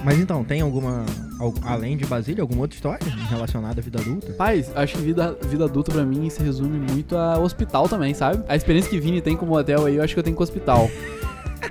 [SPEAKER 5] Mas então, tem alguma. al- Além de Basília, alguma outra história relacionada à vida adulta?
[SPEAKER 6] Rapaz, acho que vida, vida adulta pra mim se resume muito a hospital também, sabe? A experiência que Vini tem com o motel aí, eu acho que eu tenho com o hospital.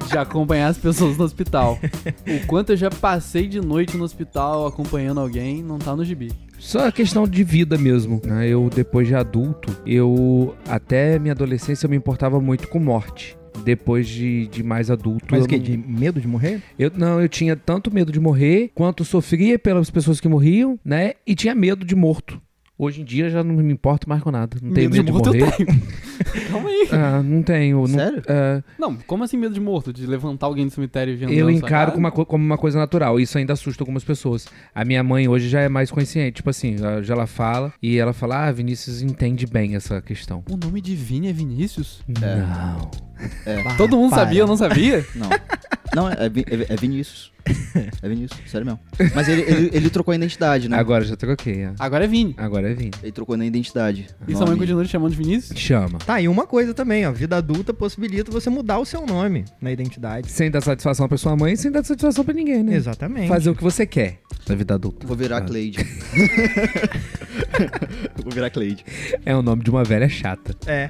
[SPEAKER 6] De acompanhar as pessoas no hospital. O quanto eu já passei de noite no hospital acompanhando alguém, não tá no gibi.
[SPEAKER 3] Só a questão de vida mesmo. né? Eu, depois de adulto, eu até minha adolescência eu me importava muito com morte. Depois de, de mais adulto.
[SPEAKER 5] Mas
[SPEAKER 3] eu
[SPEAKER 5] o quê?
[SPEAKER 3] não-
[SPEAKER 5] De medo de morrer?
[SPEAKER 3] Eu, não, eu tinha tanto medo de morrer, quanto sofria pelas pessoas que morriam, né? E tinha medo de morto. Hoje em dia já não me importo mais com nada. Não tenho medo de,
[SPEAKER 6] eu
[SPEAKER 3] morrer.
[SPEAKER 6] tenho. Calma aí.
[SPEAKER 3] Ah, não tenho. não-
[SPEAKER 4] Sério?
[SPEAKER 3] ah,
[SPEAKER 6] Não, como assim medo de morto? De levantar alguém do cemitério e ver
[SPEAKER 3] eu
[SPEAKER 6] andando na sua
[SPEAKER 3] encaro
[SPEAKER 6] cara?
[SPEAKER 3] como uma, co- como uma coisa natural. Isso ainda assusta algumas pessoas. A minha mãe hoje já é mais consciente. Tipo assim, ela- já ela fala e ela fala: Ah, Vinícius entende bem essa questão.
[SPEAKER 6] O nome de Vini é Vinícius?
[SPEAKER 4] É.
[SPEAKER 3] Não.
[SPEAKER 6] Todo mundo
[SPEAKER 5] para.
[SPEAKER 6] sabia, eu não sabia?
[SPEAKER 4] Não. Não, é, Vi- é, é Vinícius. É Vinícius, sério mesmo. Mas ele, ele, ele trocou a identidade, né?
[SPEAKER 3] Agora já troquei. é.
[SPEAKER 6] Agora é Vini.
[SPEAKER 3] Agora é Vini.
[SPEAKER 4] Ele trocou na identidade.
[SPEAKER 6] E sua mãe
[SPEAKER 4] Nome.
[SPEAKER 6] continua te chamando de Vinícius?
[SPEAKER 3] Chama.
[SPEAKER 5] Tá, e uma coisa também, ó. Vida adulta possibilita você mudar o seu nome na identidade.
[SPEAKER 3] Sem dar satisfação pra sua mãe, sem dar satisfação pra ninguém, né?
[SPEAKER 5] Exatamente.
[SPEAKER 3] Fazer o que você quer na vida adulta.
[SPEAKER 4] Vou virar
[SPEAKER 3] Ah.
[SPEAKER 4] Cleide. Vou virar Cleide.
[SPEAKER 3] É o nome de uma velha chata.
[SPEAKER 5] É.
[SPEAKER 3] É,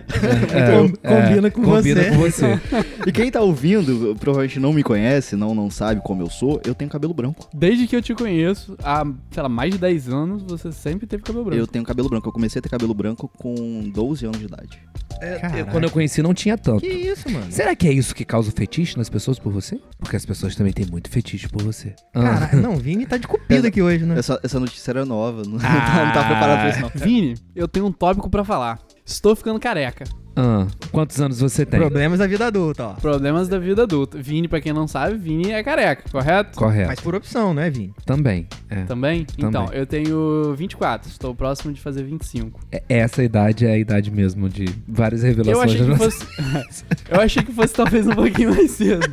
[SPEAKER 5] Com- combina com
[SPEAKER 3] combina
[SPEAKER 5] você.
[SPEAKER 3] com você.
[SPEAKER 4] E quem tá ouvindo, provavelmente não me conhece, não, não sabe como eu sou, eu tenho cabelo branco.
[SPEAKER 6] Desde que eu te conheço, há, sei lá, mais de 10 anos, você sempre teve cabelo branco.
[SPEAKER 4] Eu tenho cabelo branco. Eu comecei a ter cabelo branco com 12 anos de idade.
[SPEAKER 3] Eu,
[SPEAKER 5] Caraca.
[SPEAKER 3] quando eu conheci, não tinha tanto.
[SPEAKER 5] Que isso, mano?
[SPEAKER 3] Será que é isso que causa o fetiche nas pessoas por você? Porque as pessoas também têm muito fetiche por você. Ah.
[SPEAKER 5] Caraca, não, o Vini tá de cupido aqui hoje, né?
[SPEAKER 4] Essa, essa notícia era nova, não, não tá preparado pra isso, não.
[SPEAKER 6] Vini, eu tenho um tópico pra falar. Estou ficando careca.
[SPEAKER 3] Ah. Quantos anos você tem?
[SPEAKER 5] Problemas da vida adulta, ó.
[SPEAKER 6] Problemas da vida adulta. Vini, pra quem não sabe, Vini é careca, correto?
[SPEAKER 3] Correto.
[SPEAKER 5] Mas por opção, não é, Vini?
[SPEAKER 3] Também. É.
[SPEAKER 6] Também? Então,
[SPEAKER 3] Também.
[SPEAKER 6] eu tenho 24, estou próximo de fazer 25.
[SPEAKER 3] É- Essa idade é a idade mesmo de várias
[SPEAKER 6] Eu
[SPEAKER 3] revelações.
[SPEAKER 6] achei
[SPEAKER 3] da
[SPEAKER 6] que
[SPEAKER 3] nossa-
[SPEAKER 6] fosse. eu achei que fosse talvez um pouquinho mais cedo.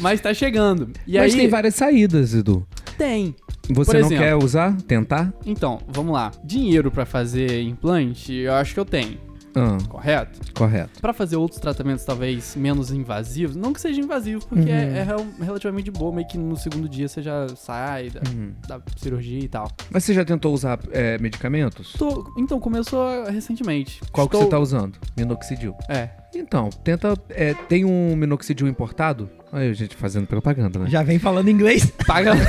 [SPEAKER 6] Mas tá chegando. E
[SPEAKER 3] Mas
[SPEAKER 6] aí
[SPEAKER 3] tem várias saídas, Edu.
[SPEAKER 6] tem.
[SPEAKER 3] Você
[SPEAKER 6] Por
[SPEAKER 3] não
[SPEAKER 6] exemplo.
[SPEAKER 3] quer usar? Tentar?
[SPEAKER 6] Então, vamos lá. Dinheiro pra fazer implante, eu acho que eu tenho,
[SPEAKER 3] Ah,
[SPEAKER 6] correto?
[SPEAKER 3] correto.
[SPEAKER 6] Pra fazer outros tratamentos talvez menos invasivos, não que seja invasivo,
[SPEAKER 3] Uhum.
[SPEAKER 6] porque é, é rel- relativamente boa, meio que no segundo dia você já sai da,
[SPEAKER 3] Uhum.
[SPEAKER 6] da cirurgia e tal.
[SPEAKER 3] Mas você já tentou usar é, medicamentos?
[SPEAKER 6] Tô- então, começou recentemente.
[SPEAKER 3] Qual que você tá
[SPEAKER 6] Estou-
[SPEAKER 3] usando? Minoxidil.
[SPEAKER 6] É.
[SPEAKER 3] Então, tenta. é, tem um minoxidil importado? Aí, gente, fazendo propaganda, né?
[SPEAKER 5] Já vem falando inglês.
[SPEAKER 6] Paga. né?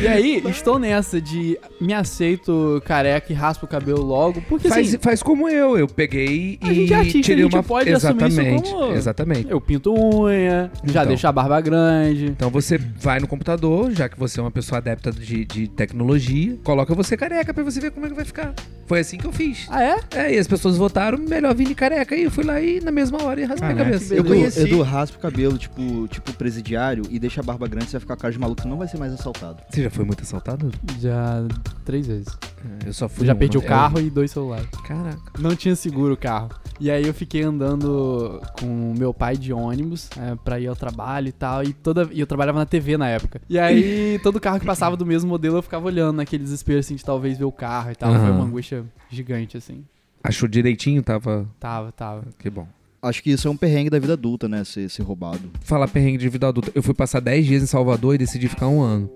[SPEAKER 6] e aí, estou nessa de me aceito careca e raspo o cabelo logo, porque
[SPEAKER 3] Faz,
[SPEAKER 6] assim,
[SPEAKER 3] faz como eu, eu peguei
[SPEAKER 6] A
[SPEAKER 3] e
[SPEAKER 6] gente é artista,
[SPEAKER 3] tirei
[SPEAKER 6] a gente
[SPEAKER 3] uma
[SPEAKER 6] pode assumir isso
[SPEAKER 3] exatamente,
[SPEAKER 6] como-
[SPEAKER 3] exatamente.
[SPEAKER 6] eu pinto unha, já
[SPEAKER 3] Então.
[SPEAKER 6] deixo a barba grande.
[SPEAKER 3] Então você vai no computador, já que você é uma pessoa adepta de, de tecnologia, coloca você careca pra você ver como é que vai ficar. Foi assim que eu fiz.
[SPEAKER 6] Ah, é?
[SPEAKER 3] É, e as pessoas votaram, melhor vir de careca. E eu fui lá e na mesma hora e raspei a
[SPEAKER 5] Caraca,
[SPEAKER 3] cabeça.
[SPEAKER 6] que
[SPEAKER 4] Eu
[SPEAKER 6] Edu,
[SPEAKER 4] conheci.
[SPEAKER 5] conheci-
[SPEAKER 4] Edu, raspa o cabelo, tipo, tipo presidiário, e deixa a barba grande, você vai ficar com a cara de maluco, você não vai ser mais assaltado.
[SPEAKER 3] Você já foi muito assaltado?
[SPEAKER 6] Já três vezes.
[SPEAKER 3] Eu só fui.
[SPEAKER 6] Eu já
[SPEAKER 3] uma.
[SPEAKER 6] perdi o
[SPEAKER 3] Eu-
[SPEAKER 6] carro e dois celulares.
[SPEAKER 3] Caraca.
[SPEAKER 6] Não tinha seguro o carro. E aí eu fiquei andando com meu pai de ônibus é, pra ir ao trabalho e tal. E, toda, e eu trabalhava na TV na época. E aí, todo carro que passava do mesmo modelo, eu ficava olhando naquele desespero, assim, de talvez ver o carro e tal. Foi
[SPEAKER 3] Aham.
[SPEAKER 6] uma angústia gigante, assim.
[SPEAKER 3] Achou direitinho, tava.
[SPEAKER 6] Tava, tava.
[SPEAKER 3] Que bom.
[SPEAKER 4] Acho que isso é um perrengue da vida adulta, né? Ser, ser roubado.
[SPEAKER 3] Falar perrengue de vida adulta. Eu fui passar 10 dias em Salvador e decidi ficar um ano.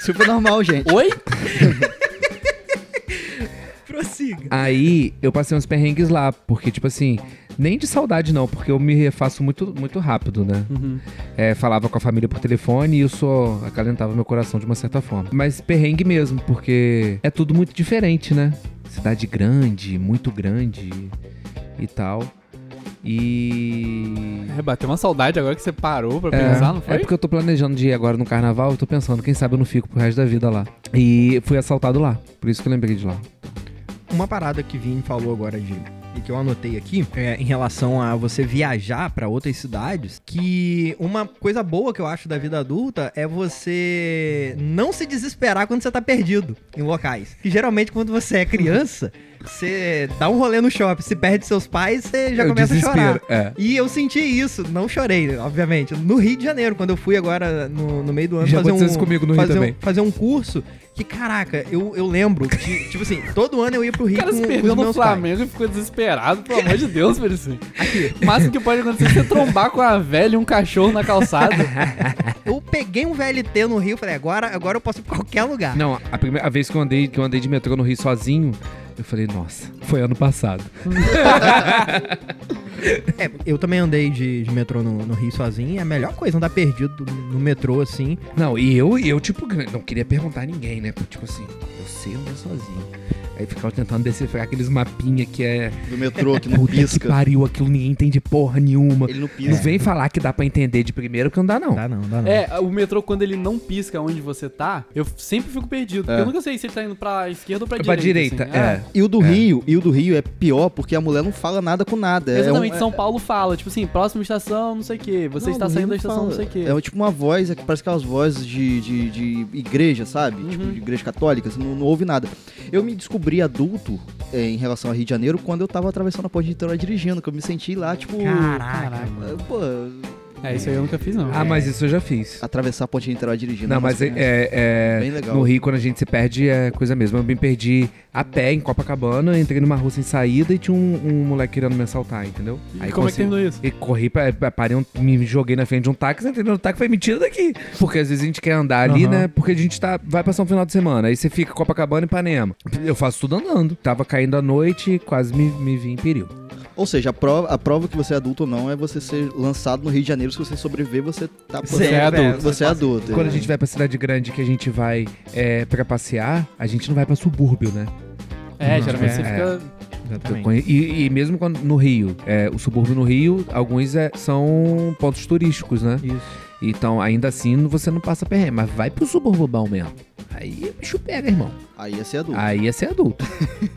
[SPEAKER 4] Super normal, gente.
[SPEAKER 6] Oi?
[SPEAKER 5] Prossiga.
[SPEAKER 3] Aí eu passei uns perrengues lá, porque, tipo assim, nem de saudade não, porque eu me refaço muito, muito rápido, né?
[SPEAKER 6] Uhum.
[SPEAKER 3] É, falava com a família por telefone e isso acalentava meu coração de uma certa forma. Mas perrengue mesmo, porque é tudo muito diferente, né? Cidade grande, muito grande e tal. E.
[SPEAKER 6] É, bateu uma saudade agora que você parou pra pensar, não foi?
[SPEAKER 3] é porque eu tô planejando de ir agora no carnaval, eu tô pensando, quem sabe eu não fico pro resto da vida lá. E fui assaltado lá, por isso que eu lembrei de lá.
[SPEAKER 5] Uma parada que Vini falou agora de e que eu anotei aqui é, em relação a você viajar pra outras cidades, que uma coisa boa que eu acho da vida adulta é você não se desesperar quando você tá perdido em locais. Que geralmente quando você é criança, você dá um rolê no shopping, se perde seus pais, você já
[SPEAKER 3] eu
[SPEAKER 5] começa
[SPEAKER 3] desespero.
[SPEAKER 5] a chorar.
[SPEAKER 3] É.
[SPEAKER 5] E eu senti isso, não chorei, obviamente, no Rio de Janeiro, quando eu fui agora no, no meio do ano
[SPEAKER 3] Já
[SPEAKER 5] fazer um,
[SPEAKER 3] aconteceu isso comigo no Rio
[SPEAKER 5] fazer,
[SPEAKER 3] também.
[SPEAKER 5] um, fazer um curso que, caraca, eu, eu lembro que, tipo assim, todo ano eu ia pro
[SPEAKER 6] O
[SPEAKER 5] Rio
[SPEAKER 6] cara
[SPEAKER 5] com
[SPEAKER 6] se
[SPEAKER 5] os
[SPEAKER 6] perdeu no
[SPEAKER 5] é meus pais.
[SPEAKER 6] Flamengo e ficou desesperado, pelo amor de Deus, Felicinho. O máximo que pode acontecer é você trombar com a velha e um cachorro na calçada.
[SPEAKER 5] Eu peguei um VLT no Rio e falei, agora, agora eu posso ir pra qualquer lugar.
[SPEAKER 3] Não, a primeira vez que eu andei, que eu andei de metrô no Rio sozinho, eu falei, nossa, foi ano passado.
[SPEAKER 5] É, eu também andei de, de metrô no, no Rio sozinho, é a melhor coisa andar perdido no metrô, assim.
[SPEAKER 3] Não, e eu, e eu tipo, não queria perguntar a ninguém, né? Tipo assim, eu sei andar sozinho. Aí ficava tentando decifrar aqueles mapinha que é.
[SPEAKER 4] Do metrô que não
[SPEAKER 3] Puta que
[SPEAKER 4] pisca.
[SPEAKER 3] pariu, aquilo ninguém entende porra nenhuma.
[SPEAKER 4] Ele não
[SPEAKER 3] Não
[SPEAKER 4] pisca.
[SPEAKER 3] vem falar que dá pra entender de primeiro que não dá, não.
[SPEAKER 5] É. Dá não, dá não.
[SPEAKER 6] É, o metrô, quando ele não pisca onde você tá, eu sempre fico perdido. Porque eu nunca sei se ele tá indo pra esquerda ou pra
[SPEAKER 3] Pra
[SPEAKER 6] direita.
[SPEAKER 3] direita,
[SPEAKER 6] assim.
[SPEAKER 3] é.
[SPEAKER 4] E o do Rio, e o do Rio é pior porque a mulher não fala nada com nada. É um,
[SPEAKER 6] Exatamente, São Paulo fala, tipo assim, próxima estação, não sei o quê. Você
[SPEAKER 4] Não,
[SPEAKER 6] está
[SPEAKER 4] o
[SPEAKER 6] saindo da
[SPEAKER 4] Rio
[SPEAKER 6] estação,
[SPEAKER 4] fala-
[SPEAKER 6] não sei o quê.
[SPEAKER 4] É tipo uma voz, é que parece aquelas vozes de, de, de igreja, sabe?
[SPEAKER 6] Uhum.
[SPEAKER 4] Tipo, de igreja católica, assim, não, não ouve nada. Eu me descobri adulto eh, em relação ao Rio de Janeiro quando eu tava atravessando a ponte de Niterói dirigindo, que eu me senti lá, tipo.
[SPEAKER 5] Ah,
[SPEAKER 3] é.
[SPEAKER 5] Caraca,
[SPEAKER 6] Caraca.
[SPEAKER 5] mano.
[SPEAKER 4] eh, Pô,
[SPEAKER 6] É, isso aí eu nunca fiz, não.
[SPEAKER 3] Ah, mas isso eu já fiz.
[SPEAKER 4] atravessar a ponte de Niterói dirigindo.
[SPEAKER 3] Não,
[SPEAKER 4] é uma
[SPEAKER 3] mas é,
[SPEAKER 4] experiência
[SPEAKER 3] é-
[SPEAKER 4] Bem legal.
[SPEAKER 3] no Rio, quando a gente se perde, é coisa mesmo. Eu me perdi a pé em Copacabana, entrei numa rua sem saída e tinha um, um moleque querendo me assaltar, entendeu?
[SPEAKER 6] E como é que terminou isso?
[SPEAKER 3] E corri, pra, pra- parei, um- me joguei na frente de um táxi, entrei no táxi e falei, me tira daqui. Porque às vezes a gente quer andar ali,
[SPEAKER 5] Aham.
[SPEAKER 3] né? Porque a gente tá, vai passar um final de semana, aí você fica Copacabana e Ipanema. Eu faço tudo andando. Tava caindo a noite, quase me, me vi em perigo.
[SPEAKER 4] Ou seja, a prova, a prova que você é adulto ou não é você ser lançado no Rio de Janeiro. Se você sobreviver, você tá
[SPEAKER 5] Você
[SPEAKER 6] é adulto.
[SPEAKER 4] Você é adulto.
[SPEAKER 3] Quando a
[SPEAKER 4] é.
[SPEAKER 3] gente vai pra cidade grande, que a gente vai é, pra passear, a gente não vai pra subúrbio, né?
[SPEAKER 6] É,
[SPEAKER 3] Uhum.
[SPEAKER 6] geralmente você
[SPEAKER 3] É.
[SPEAKER 6] fica.
[SPEAKER 5] Exatamente.
[SPEAKER 3] E, e mesmo quando, no Rio, é, o subúrbio no Rio, alguns é- são pontos turísticos, né?
[SPEAKER 5] Isso.
[SPEAKER 3] Então, ainda assim, você não passa perrengue, mas vai pro suburbão mesmo. Aí o bicho pega, irmão.
[SPEAKER 4] Aí é ser adulto.
[SPEAKER 3] Aí é ser adulto.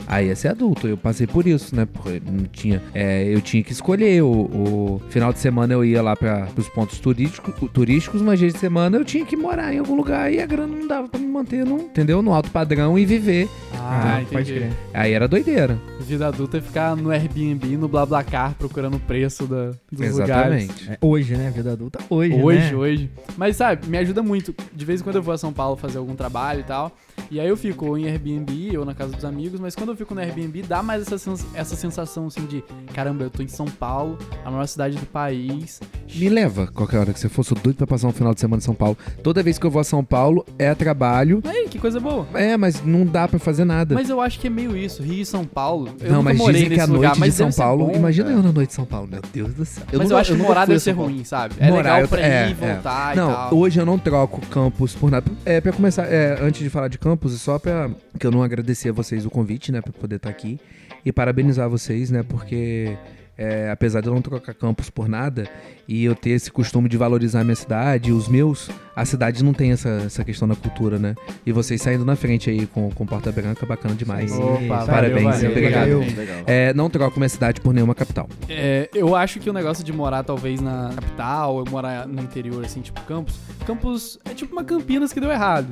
[SPEAKER 3] Aí é ser adulto. Eu passei por isso, né? Porque não tinha. é, eu tinha que escolher. O, o final de semana eu ia lá para os pontos turístico, turísticos, mas dia de semana eu tinha que morar em algum lugar e a grana não dava pra me manter, no, entendeu? No alto padrão e viver.
[SPEAKER 6] Ah,
[SPEAKER 5] Então, pode
[SPEAKER 6] entendi.
[SPEAKER 5] crer.
[SPEAKER 3] Aí era doideira.
[SPEAKER 6] Vida adulta é ficar no Airbnb, no BlaBlaCar, procurando o preço da, dos lugares.
[SPEAKER 3] Exatamente.
[SPEAKER 5] É, hoje, né? Vida adulta hoje,
[SPEAKER 6] Hoje,
[SPEAKER 5] né?
[SPEAKER 6] hoje. Mas sabe, me ajuda muito. De vez em quando eu vou a São Paulo fazer algum trabalho e tal. E aí eu fico ou em Airbnb ou na casa dos amigos, mas quando eu fico no Airbnb dá mais essa, sens- essa sensação assim de caramba, eu tô em São Paulo, a maior cidade do país.
[SPEAKER 3] Me leva qualquer hora que você fosse doido pra passar um final de semana em São Paulo. Toda vez que eu vou a São Paulo é trabalho.
[SPEAKER 6] Aí, que coisa boa.
[SPEAKER 3] É, mas não dá pra fazer nada.
[SPEAKER 6] Mas eu acho que é meio isso, Rio e São Paulo. Eu
[SPEAKER 3] não,
[SPEAKER 6] nunca
[SPEAKER 3] mas
[SPEAKER 6] morei
[SPEAKER 3] dizem que
[SPEAKER 6] nesse
[SPEAKER 3] a
[SPEAKER 6] lugar,
[SPEAKER 3] noite
[SPEAKER 6] mas
[SPEAKER 3] de São
[SPEAKER 6] deve ser
[SPEAKER 3] Paulo.
[SPEAKER 6] bom.
[SPEAKER 3] imagina eu na noite de São Paulo, meu Deus do céu.
[SPEAKER 6] mas eu
[SPEAKER 4] nunca-
[SPEAKER 6] acho que
[SPEAKER 4] nunca
[SPEAKER 6] morar
[SPEAKER 4] fui a
[SPEAKER 6] deve ser
[SPEAKER 4] São Paulo.
[SPEAKER 6] ruim, sabe? é
[SPEAKER 3] Morar,
[SPEAKER 6] legal
[SPEAKER 3] eu-
[SPEAKER 6] pra
[SPEAKER 3] é,
[SPEAKER 6] ir, voltar Ah, e
[SPEAKER 3] não,
[SPEAKER 6] tal.
[SPEAKER 3] hoje eu não troco campus por nada. É, pra começar, é, antes de falar de campus, é só pra que eu não agradecer a vocês o convite, né, pra poder estar aqui. E parabenizar vocês, né, porque é, apesar de eu não trocar campus por nada e eu ter esse costume de valorizar a minha cidade e os meus, a cidade não tem essa, essa questão da cultura, né? E vocês saindo na frente aí com, com Porta Branca, bacana demais.
[SPEAKER 5] Sim.
[SPEAKER 6] Opa,
[SPEAKER 3] Parabéns,
[SPEAKER 6] valeu, valeu,
[SPEAKER 3] obrigado.
[SPEAKER 6] valeu.
[SPEAKER 4] Legal.
[SPEAKER 3] É, não troco minha cidade por nenhuma capital.
[SPEAKER 6] É, eu acho que o negócio de morar talvez na capital, ou morar no interior, assim, tipo Campos. Campos é tipo uma Campinas que deu errado.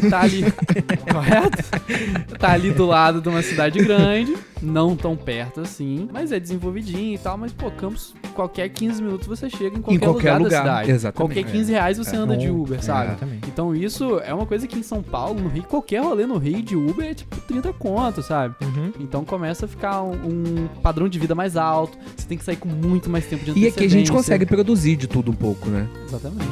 [SPEAKER 6] Que tá ali, correto? Tá ali do lado de uma cidade grande, não tão perto assim, mas é desenvolvidinho e tal. Mas, pô, Campos qualquer 15 minutos você chega em qualquer,
[SPEAKER 3] qualquer
[SPEAKER 6] lugar,
[SPEAKER 3] lugar,
[SPEAKER 6] da cidade.
[SPEAKER 3] exatamente.
[SPEAKER 6] Qualquer 15 reais você
[SPEAKER 5] É,
[SPEAKER 6] anda de
[SPEAKER 5] não-
[SPEAKER 6] Uber, sabe?
[SPEAKER 5] Exatamente.
[SPEAKER 6] Então isso é uma coisa que em São Paulo, no Rio, qualquer rolê no Rio de Uber é tipo 30 conto, sabe?
[SPEAKER 5] Uhum.
[SPEAKER 6] Então começa a ficar um, um padrão de vida mais alto, você tem que sair com muito mais tempo de
[SPEAKER 3] E aqui a gente
[SPEAKER 6] antecedência.
[SPEAKER 3] consegue produzir de tudo um pouco, né?
[SPEAKER 6] Exatamente.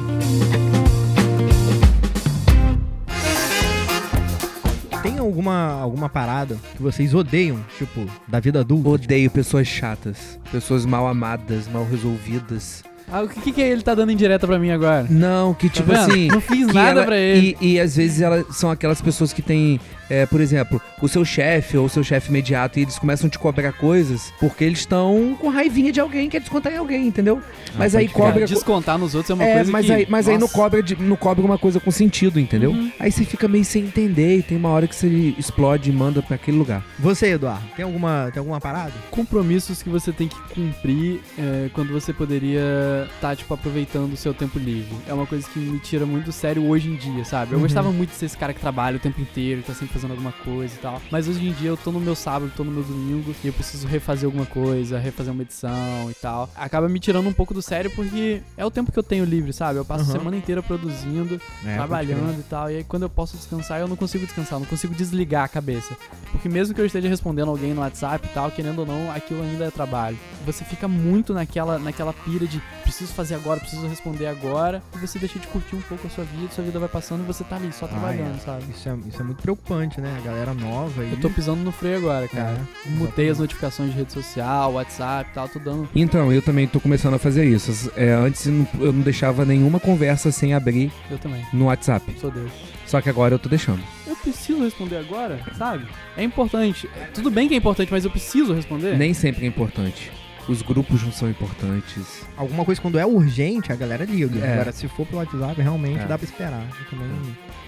[SPEAKER 5] Tem alguma, alguma parada que vocês odeiam, tipo, da vida adulta?
[SPEAKER 3] Odeio pessoas chatas, pessoas mal amadas, mal resolvidas.
[SPEAKER 6] Ah, o que, que ele tá dando indireta pra mim agora?
[SPEAKER 3] Não, que
[SPEAKER 6] Tá
[SPEAKER 3] tipo
[SPEAKER 6] vendo?
[SPEAKER 3] assim.
[SPEAKER 6] Não fiz
[SPEAKER 3] que
[SPEAKER 6] nada
[SPEAKER 3] ela-
[SPEAKER 6] pra ele.
[SPEAKER 3] E, e às vezes elas são aquelas pessoas que têm, é, por exemplo, o seu chefe ou o seu chefe imediato e eles começam a te cobrar coisas porque eles estão com raivinha de alguém, quer descontar em alguém, entendeu? mas aí
[SPEAKER 5] pode crer.
[SPEAKER 3] cobra.
[SPEAKER 6] Descontar nos outros é uma
[SPEAKER 3] é,
[SPEAKER 6] coisa
[SPEAKER 3] mas,
[SPEAKER 6] que...
[SPEAKER 3] aí, mas aí não
[SPEAKER 6] Nossa.
[SPEAKER 3] cobra, de- não cobra uma coisa com sentido, entendeu?
[SPEAKER 6] Uhum.
[SPEAKER 3] Aí você fica meio sem entender e tem uma hora que você explode e manda pra aquele lugar.
[SPEAKER 5] Você, Eduardo, tem alguma, tem alguma parada?
[SPEAKER 6] compromissos que você tem que cumprir é, quando você poderia estar, tipo, aproveitando o seu tempo livre. É uma coisa que me tira muito do sério hoje em dia, sabe? Eu
[SPEAKER 5] Uhum.
[SPEAKER 6] gostava muito de ser esse cara que trabalha o tempo inteiro, tá sempre fazendo alguma coisa e tal. Mas hoje em dia eu tô no meu sábado, tô no meu domingo e eu preciso refazer alguma coisa, refazer uma edição e tal. Acaba me tirando um pouco do sério porque é o tempo que eu tenho livre, sabe? Eu passo
[SPEAKER 5] Uhum.
[SPEAKER 6] a semana inteira produzindo
[SPEAKER 5] É,
[SPEAKER 6] trabalhando e tal. E aí quando eu posso descansar, eu não consigo descansar, eu não consigo desligar a cabeça. Porque mesmo que eu esteja respondendo alguém no WhatsApp e tal, querendo ou não, aquilo ainda é trabalho. Você fica muito naquela, naquela pira de preciso fazer agora, preciso responder agora. E você deixa de curtir um pouco a sua vida, sua vida vai passando e você tá ali só
[SPEAKER 5] Ah,
[SPEAKER 6] trabalhando,
[SPEAKER 5] é.
[SPEAKER 6] sabe?
[SPEAKER 5] Isso é, isso é muito preocupante, né? A galera nova aí.
[SPEAKER 6] Eu tô pisando no freio agora, cara.
[SPEAKER 5] É,
[SPEAKER 6] Mutei
[SPEAKER 5] exatamente.
[SPEAKER 6] as notificações de rede social, WhatsApp e tal, tô dando.
[SPEAKER 3] Então, eu também tô começando a fazer isso. É, antes eu não- eu não deixava nenhuma conversa sem abrir
[SPEAKER 6] Eu também.
[SPEAKER 3] no WhatsApp.
[SPEAKER 6] Sou Deus.
[SPEAKER 3] Só que agora eu tô deixando.
[SPEAKER 6] Eu preciso responder agora, sabe? É importante. Tudo bem que é importante, mas eu preciso responder.
[SPEAKER 3] Nem sempre é importante. Os grupos não são importantes.
[SPEAKER 5] Alguma coisa quando é urgente, a galera liga.
[SPEAKER 3] É.
[SPEAKER 5] Agora, se for pelo WhatsApp, realmente
[SPEAKER 3] É.
[SPEAKER 5] dá pra esperar. Eu também-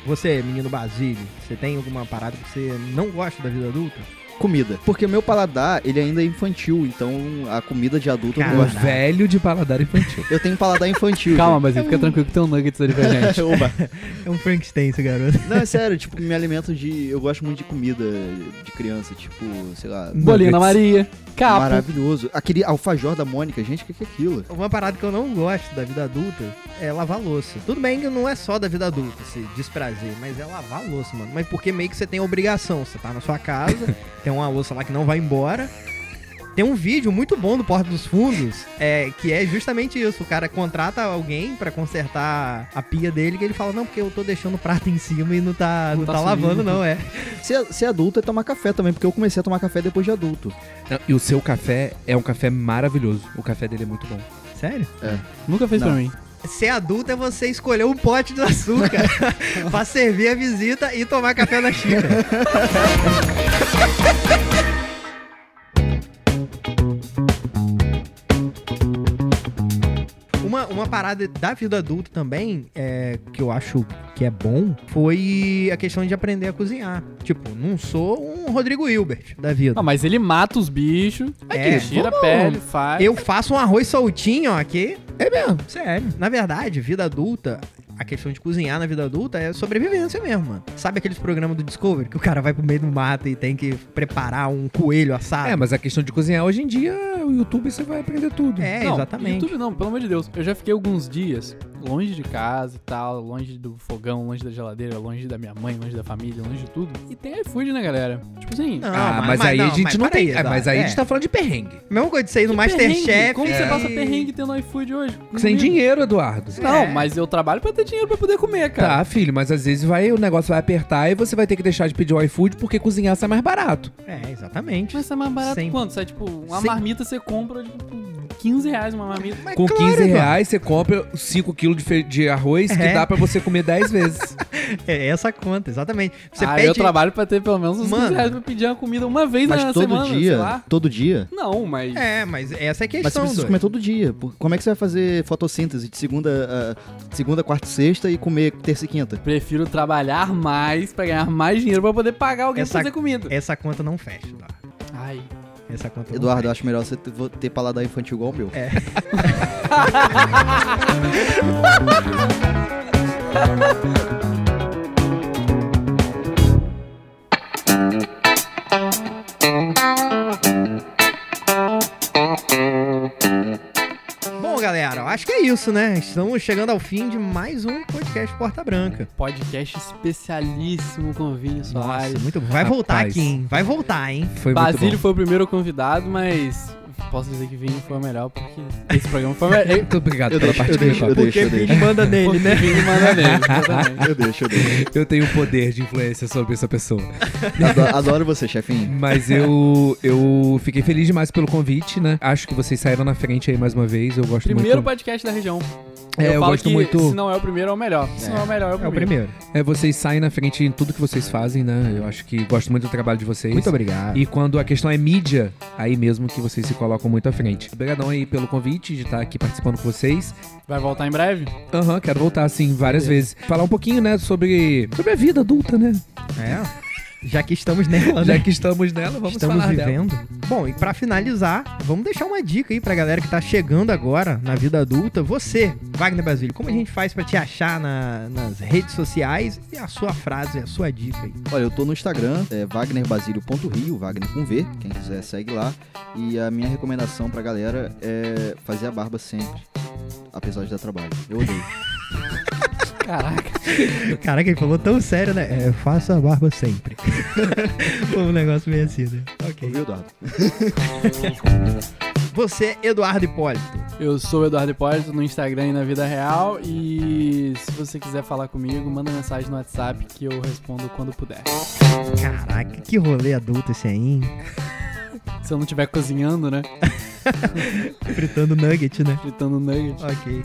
[SPEAKER 5] Você, menino Basílio, você tem alguma parada que você não gosta da vida adulta?
[SPEAKER 4] Comida. Porque meu paladar, ele ainda é infantil, então a comida de adulto eu não é
[SPEAKER 5] Caralho.
[SPEAKER 4] gosto.
[SPEAKER 3] O velho de paladar infantil.
[SPEAKER 4] Eu tenho paladar infantil.
[SPEAKER 6] Calma, Basílio, fica tranquilo que tem um nuggets ali pra gente.
[SPEAKER 4] Oba.
[SPEAKER 5] É um Frankenstein esse garoto.
[SPEAKER 4] Não, é sério, tipo, me alimento de. Eu gosto muito de comida de criança, tipo, sei lá.
[SPEAKER 6] Bolinho da Maria, capa.
[SPEAKER 4] Maravilhoso. Aquele alfajor da Mônica, gente, o que, que é aquilo?
[SPEAKER 5] Uma parada que eu não gosto da vida adulta é lavar louça. Tudo bem que não é só da vida adulta esse desprazer, mas é lavar louça, mano. Mas porque meio que você tem obrigação. Você tá na sua casa, tem uma louça lá que não vai embora. Tem um vídeo muito bom do Porta dos Fundos, é, que é justamente isso. O cara contrata alguém pra consertar a pia dele, que ele fala, não, porque eu tô deixando o prato em cima e não tá, não
[SPEAKER 6] Não tá
[SPEAKER 5] tá lavando,
[SPEAKER 6] sumindo.
[SPEAKER 5] não, é.
[SPEAKER 4] Ser, ser adulto é tomar café também, porque eu comecei a tomar café depois de adulto.
[SPEAKER 3] Não, E o seu café é um café maravilhoso. O café dele é muito bom.
[SPEAKER 5] Sério?
[SPEAKER 6] Nunca fez
[SPEAKER 4] Não.
[SPEAKER 6] pra mim.
[SPEAKER 5] Ser adulto é você escolher um pote de açúcar pra servir a visita e tomar café na xícara. Uma, uma parada da vida adulta também, é, que eu acho que é bom, foi a questão de aprender a cozinhar. Tipo, não sou um Rodrigo Hilbert da vida.
[SPEAKER 6] Ah, mas ele mata os bichos,
[SPEAKER 5] É,
[SPEAKER 6] tira a
[SPEAKER 5] vamos-
[SPEAKER 6] pele, faz.
[SPEAKER 5] Eu faço um arroz soltinho ó, aqui.
[SPEAKER 3] É mesmo?
[SPEAKER 5] Sério. Na verdade, vida adulta, a questão de cozinhar na vida adulta é sobrevivência mesmo, mano. Sabe aqueles programas do Discovery que o cara vai pro meio do mato e tem que preparar um coelho assado?
[SPEAKER 3] É, mas a questão de cozinhar hoje em dia, o YouTube você vai aprender tudo.
[SPEAKER 5] É,
[SPEAKER 6] não,
[SPEAKER 5] exatamente.
[SPEAKER 6] YouTube não, pelo amor de Deus. Eu já fiquei alguns dias longe de casa e tal, longe do fogão, longe da geladeira, longe da minha mãe, longe da família, longe de tudo. E tem iFood, né, galera? Tipo assim,
[SPEAKER 5] Não,
[SPEAKER 3] Ah, mas, aí a
[SPEAKER 5] não,
[SPEAKER 3] gente
[SPEAKER 5] mas
[SPEAKER 3] não
[SPEAKER 5] peraí,
[SPEAKER 3] tem. é, mas aí
[SPEAKER 5] é.
[SPEAKER 3] a gente tá falando de perrengue.
[SPEAKER 5] Mesma coisa de sair no
[SPEAKER 6] que
[SPEAKER 5] Masterchef. é.
[SPEAKER 6] perrengue? Como você
[SPEAKER 5] e-
[SPEAKER 6] passa perrengue tendo iFood hoje?
[SPEAKER 3] Sem
[SPEAKER 6] Comigo?
[SPEAKER 3] dinheiro, Eduardo.
[SPEAKER 6] é. Não,
[SPEAKER 5] É.
[SPEAKER 6] mas eu trabalho pra ter dinheiro pra poder comer, cara.
[SPEAKER 3] Tá, filho, mas às vezes vai, o negócio vai apertar e você vai ter que deixar de pedir o iFood porque cozinhar sai mais barato.
[SPEAKER 5] É, exatamente.
[SPEAKER 6] Mas isso é mais barato
[SPEAKER 5] Sem-
[SPEAKER 6] quanto? Sai tipo, uma
[SPEAKER 5] Sem-
[SPEAKER 6] marmita você compra, tipo, por 15 reais uma marmita.
[SPEAKER 5] Mas
[SPEAKER 3] Com
[SPEAKER 5] É claro,
[SPEAKER 3] 15
[SPEAKER 5] Eduardo.
[SPEAKER 3] reais você compra 5 quilos de, fe- de arroz
[SPEAKER 5] É.
[SPEAKER 3] que dá pra você comer 10 vezes.
[SPEAKER 5] É essa conta, exatamente. Você
[SPEAKER 6] ah,
[SPEAKER 5] pede.
[SPEAKER 6] eu trabalho pra ter pelo menos uns
[SPEAKER 5] Mano.
[SPEAKER 6] 15 reais pra pedir uma comida uma vez
[SPEAKER 4] Mas
[SPEAKER 6] na
[SPEAKER 4] todo
[SPEAKER 6] semana, sei
[SPEAKER 4] dia.
[SPEAKER 6] lá.
[SPEAKER 4] Todo dia?
[SPEAKER 6] Não, mas...
[SPEAKER 5] É, mas essa é a
[SPEAKER 4] Mas você
[SPEAKER 5] questão.
[SPEAKER 4] precisa
[SPEAKER 5] doido.
[SPEAKER 4] comer todo dia. Por- Como é que você vai fazer fotossíntese de segunda, a- segunda quarta e sexta e comer terça e quinta?
[SPEAKER 6] Prefiro trabalhar mais pra ganhar mais dinheiro pra poder pagar alguém
[SPEAKER 5] Essa- é
[SPEAKER 6] pra fazer comida.
[SPEAKER 5] Essa conta não fecha, Eduardo.
[SPEAKER 6] Ai.
[SPEAKER 5] Essa conta não
[SPEAKER 4] Eduardo, eu acho melhor você ter- ter paladar infantil igual o meu.
[SPEAKER 5] Bom, galera, eu acho que é isso, né? Estamos chegando ao fim de mais um podcast Porta Branca.
[SPEAKER 6] Podcast especialíssimo com o Vinho Soares.
[SPEAKER 5] Nossa, muito bom. Vai voltar
[SPEAKER 3] Rapaz.
[SPEAKER 5] aqui, hein? Vai voltar, hein?
[SPEAKER 3] Foi
[SPEAKER 6] Basílio
[SPEAKER 3] muito
[SPEAKER 6] foi o primeiro convidado, mas posso dizer que Vinho foi o melhor porque esse programa foi o melhor. É,
[SPEAKER 3] bom. Muito obrigado
[SPEAKER 4] Eu
[SPEAKER 3] pela
[SPEAKER 4] deixo, eu deixo,
[SPEAKER 3] participação.
[SPEAKER 4] eu deixo, eu deixo.
[SPEAKER 5] manda
[SPEAKER 6] Porque Vinho manda nele, exatamente.
[SPEAKER 4] Eu deixo, eu deixo.
[SPEAKER 3] Eu tenho o poder de influência sobre essa pessoa.
[SPEAKER 4] Adoro, adoro você, chefinho.
[SPEAKER 3] Mas eu, eu fiquei feliz demais pelo convite, né? Acho que vocês saíram na frente aí mais uma vez. Eu gosto
[SPEAKER 6] Primeiro
[SPEAKER 3] muito.
[SPEAKER 6] podcast da região.
[SPEAKER 3] É, eu
[SPEAKER 6] falo
[SPEAKER 3] gosto
[SPEAKER 6] que
[SPEAKER 3] muito-
[SPEAKER 6] Se não é o primeiro, é o melhor. Se não é o melhor, é o
[SPEAKER 5] É o
[SPEAKER 6] primeiro.
[SPEAKER 5] primeiro.
[SPEAKER 3] É, vocês saem na frente em tudo que vocês fazem, né? Eu acho que gosto muito do trabalho de vocês.
[SPEAKER 5] Muito obrigado.
[SPEAKER 3] E quando a questão é mídia, aí mesmo que vocês se colocam muito à frente. Obrigadão aí pelo convite de estar aqui participando com vocês.
[SPEAKER 6] Vai voltar em breve?
[SPEAKER 3] Aham, quero voltar assim várias vezes. Falar um pouquinho, né, sobre, sobre a vida adulta, né?
[SPEAKER 5] É. Já que estamos nela, né?
[SPEAKER 3] Já que estamos nela, vamos
[SPEAKER 5] estamos
[SPEAKER 3] falar dela.
[SPEAKER 5] vivendo. Bom, e pra finalizar, vamos deixar uma dica aí pra galera que tá chegando agora na vida adulta. Você, Wagner Basílio, como a gente faz pra te achar na- nas redes sociais? E a sua frase, a sua dica aí.
[SPEAKER 4] Olha, eu tô no Instagram, é wagnerbasilio.rio, Wagner com V, quem quiser segue lá. E a minha recomendação pra galera é fazer a barba sempre, apesar de dar trabalho. Eu odeio.
[SPEAKER 6] Caraca.
[SPEAKER 5] Caraca, ele falou tão sério, né? É, faça a barba sempre. Foi um negócio meio assim, né? Ok.
[SPEAKER 4] Ouviu, Eduardo?
[SPEAKER 5] Você, Eduardo Hipólito.
[SPEAKER 6] Eu sou o Eduardo Hipólito no Instagram e na vida real. E se você quiser falar comigo, manda mensagem no WhatsApp que eu respondo quando puder.
[SPEAKER 5] Caraca, que rolê adulto esse aí, hein?
[SPEAKER 6] Se eu não estiver cozinhando, né?
[SPEAKER 5] Fritando nugget, né?
[SPEAKER 6] Fritando nugget.
[SPEAKER 5] Ok.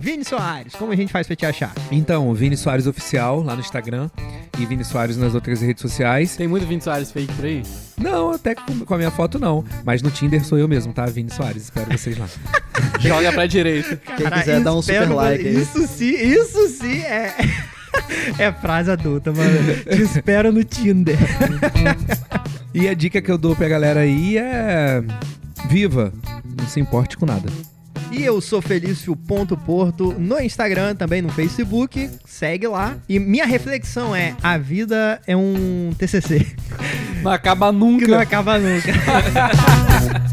[SPEAKER 5] Vini Soares, como a gente faz pra te achar?
[SPEAKER 3] Então, Vini Soares Oficial lá no Instagram e Vini Soares nas outras redes sociais.
[SPEAKER 6] Tem muito Vini Soares fake por aí?
[SPEAKER 3] Não, até com com a minha foto não, mas no Tinder sou eu mesmo, tá? Vini Soares, espero vocês lá.
[SPEAKER 6] Joga pra direita.
[SPEAKER 4] Quem quiser dar um super
[SPEAKER 5] espero-
[SPEAKER 4] like aí.
[SPEAKER 5] Isso sim, isso sim é. É frase adulta, mano. Te espero no Tinder.
[SPEAKER 3] E a dica que eu dou pra galera aí é viva, não se importe com nada.
[SPEAKER 5] E eu sou Felício.porto no Instagram, também no Facebook. Segue lá. E minha reflexão é: a vida é um TCC
[SPEAKER 6] Não acaba
[SPEAKER 5] que não
[SPEAKER 6] nunca.
[SPEAKER 5] acaba nunca.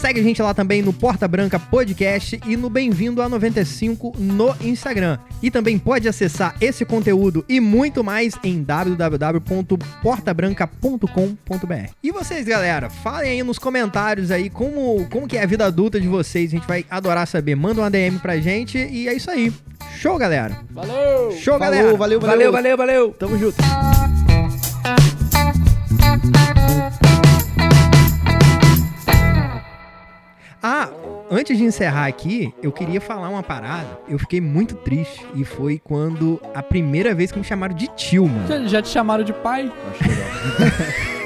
[SPEAKER 5] Segue a gente lá também no Porta Branca Podcast e no Bem-vindo a 95 no Instagram. E também pode acessar esse conteúdo e muito mais em www.portabranca.com.br. E vocês, galera, falem aí nos comentários aí como, como que é a vida adulta de vocês. A gente vai adorar saber. Manda um uma DM pra gente e é isso aí. Show, galera.
[SPEAKER 6] Valeu!
[SPEAKER 5] Show, galera.
[SPEAKER 4] Falou, valeu, valeu.
[SPEAKER 3] Valeu, valeu, valeu!
[SPEAKER 4] Tamo junto.
[SPEAKER 5] Ah, antes de encerrar aqui, eu queria falar uma parada. Eu fiquei muito triste e foi quando a primeira vez que me chamaram de tio, mano.
[SPEAKER 6] Já, já te chamaram de pai?
[SPEAKER 4] Acho legal.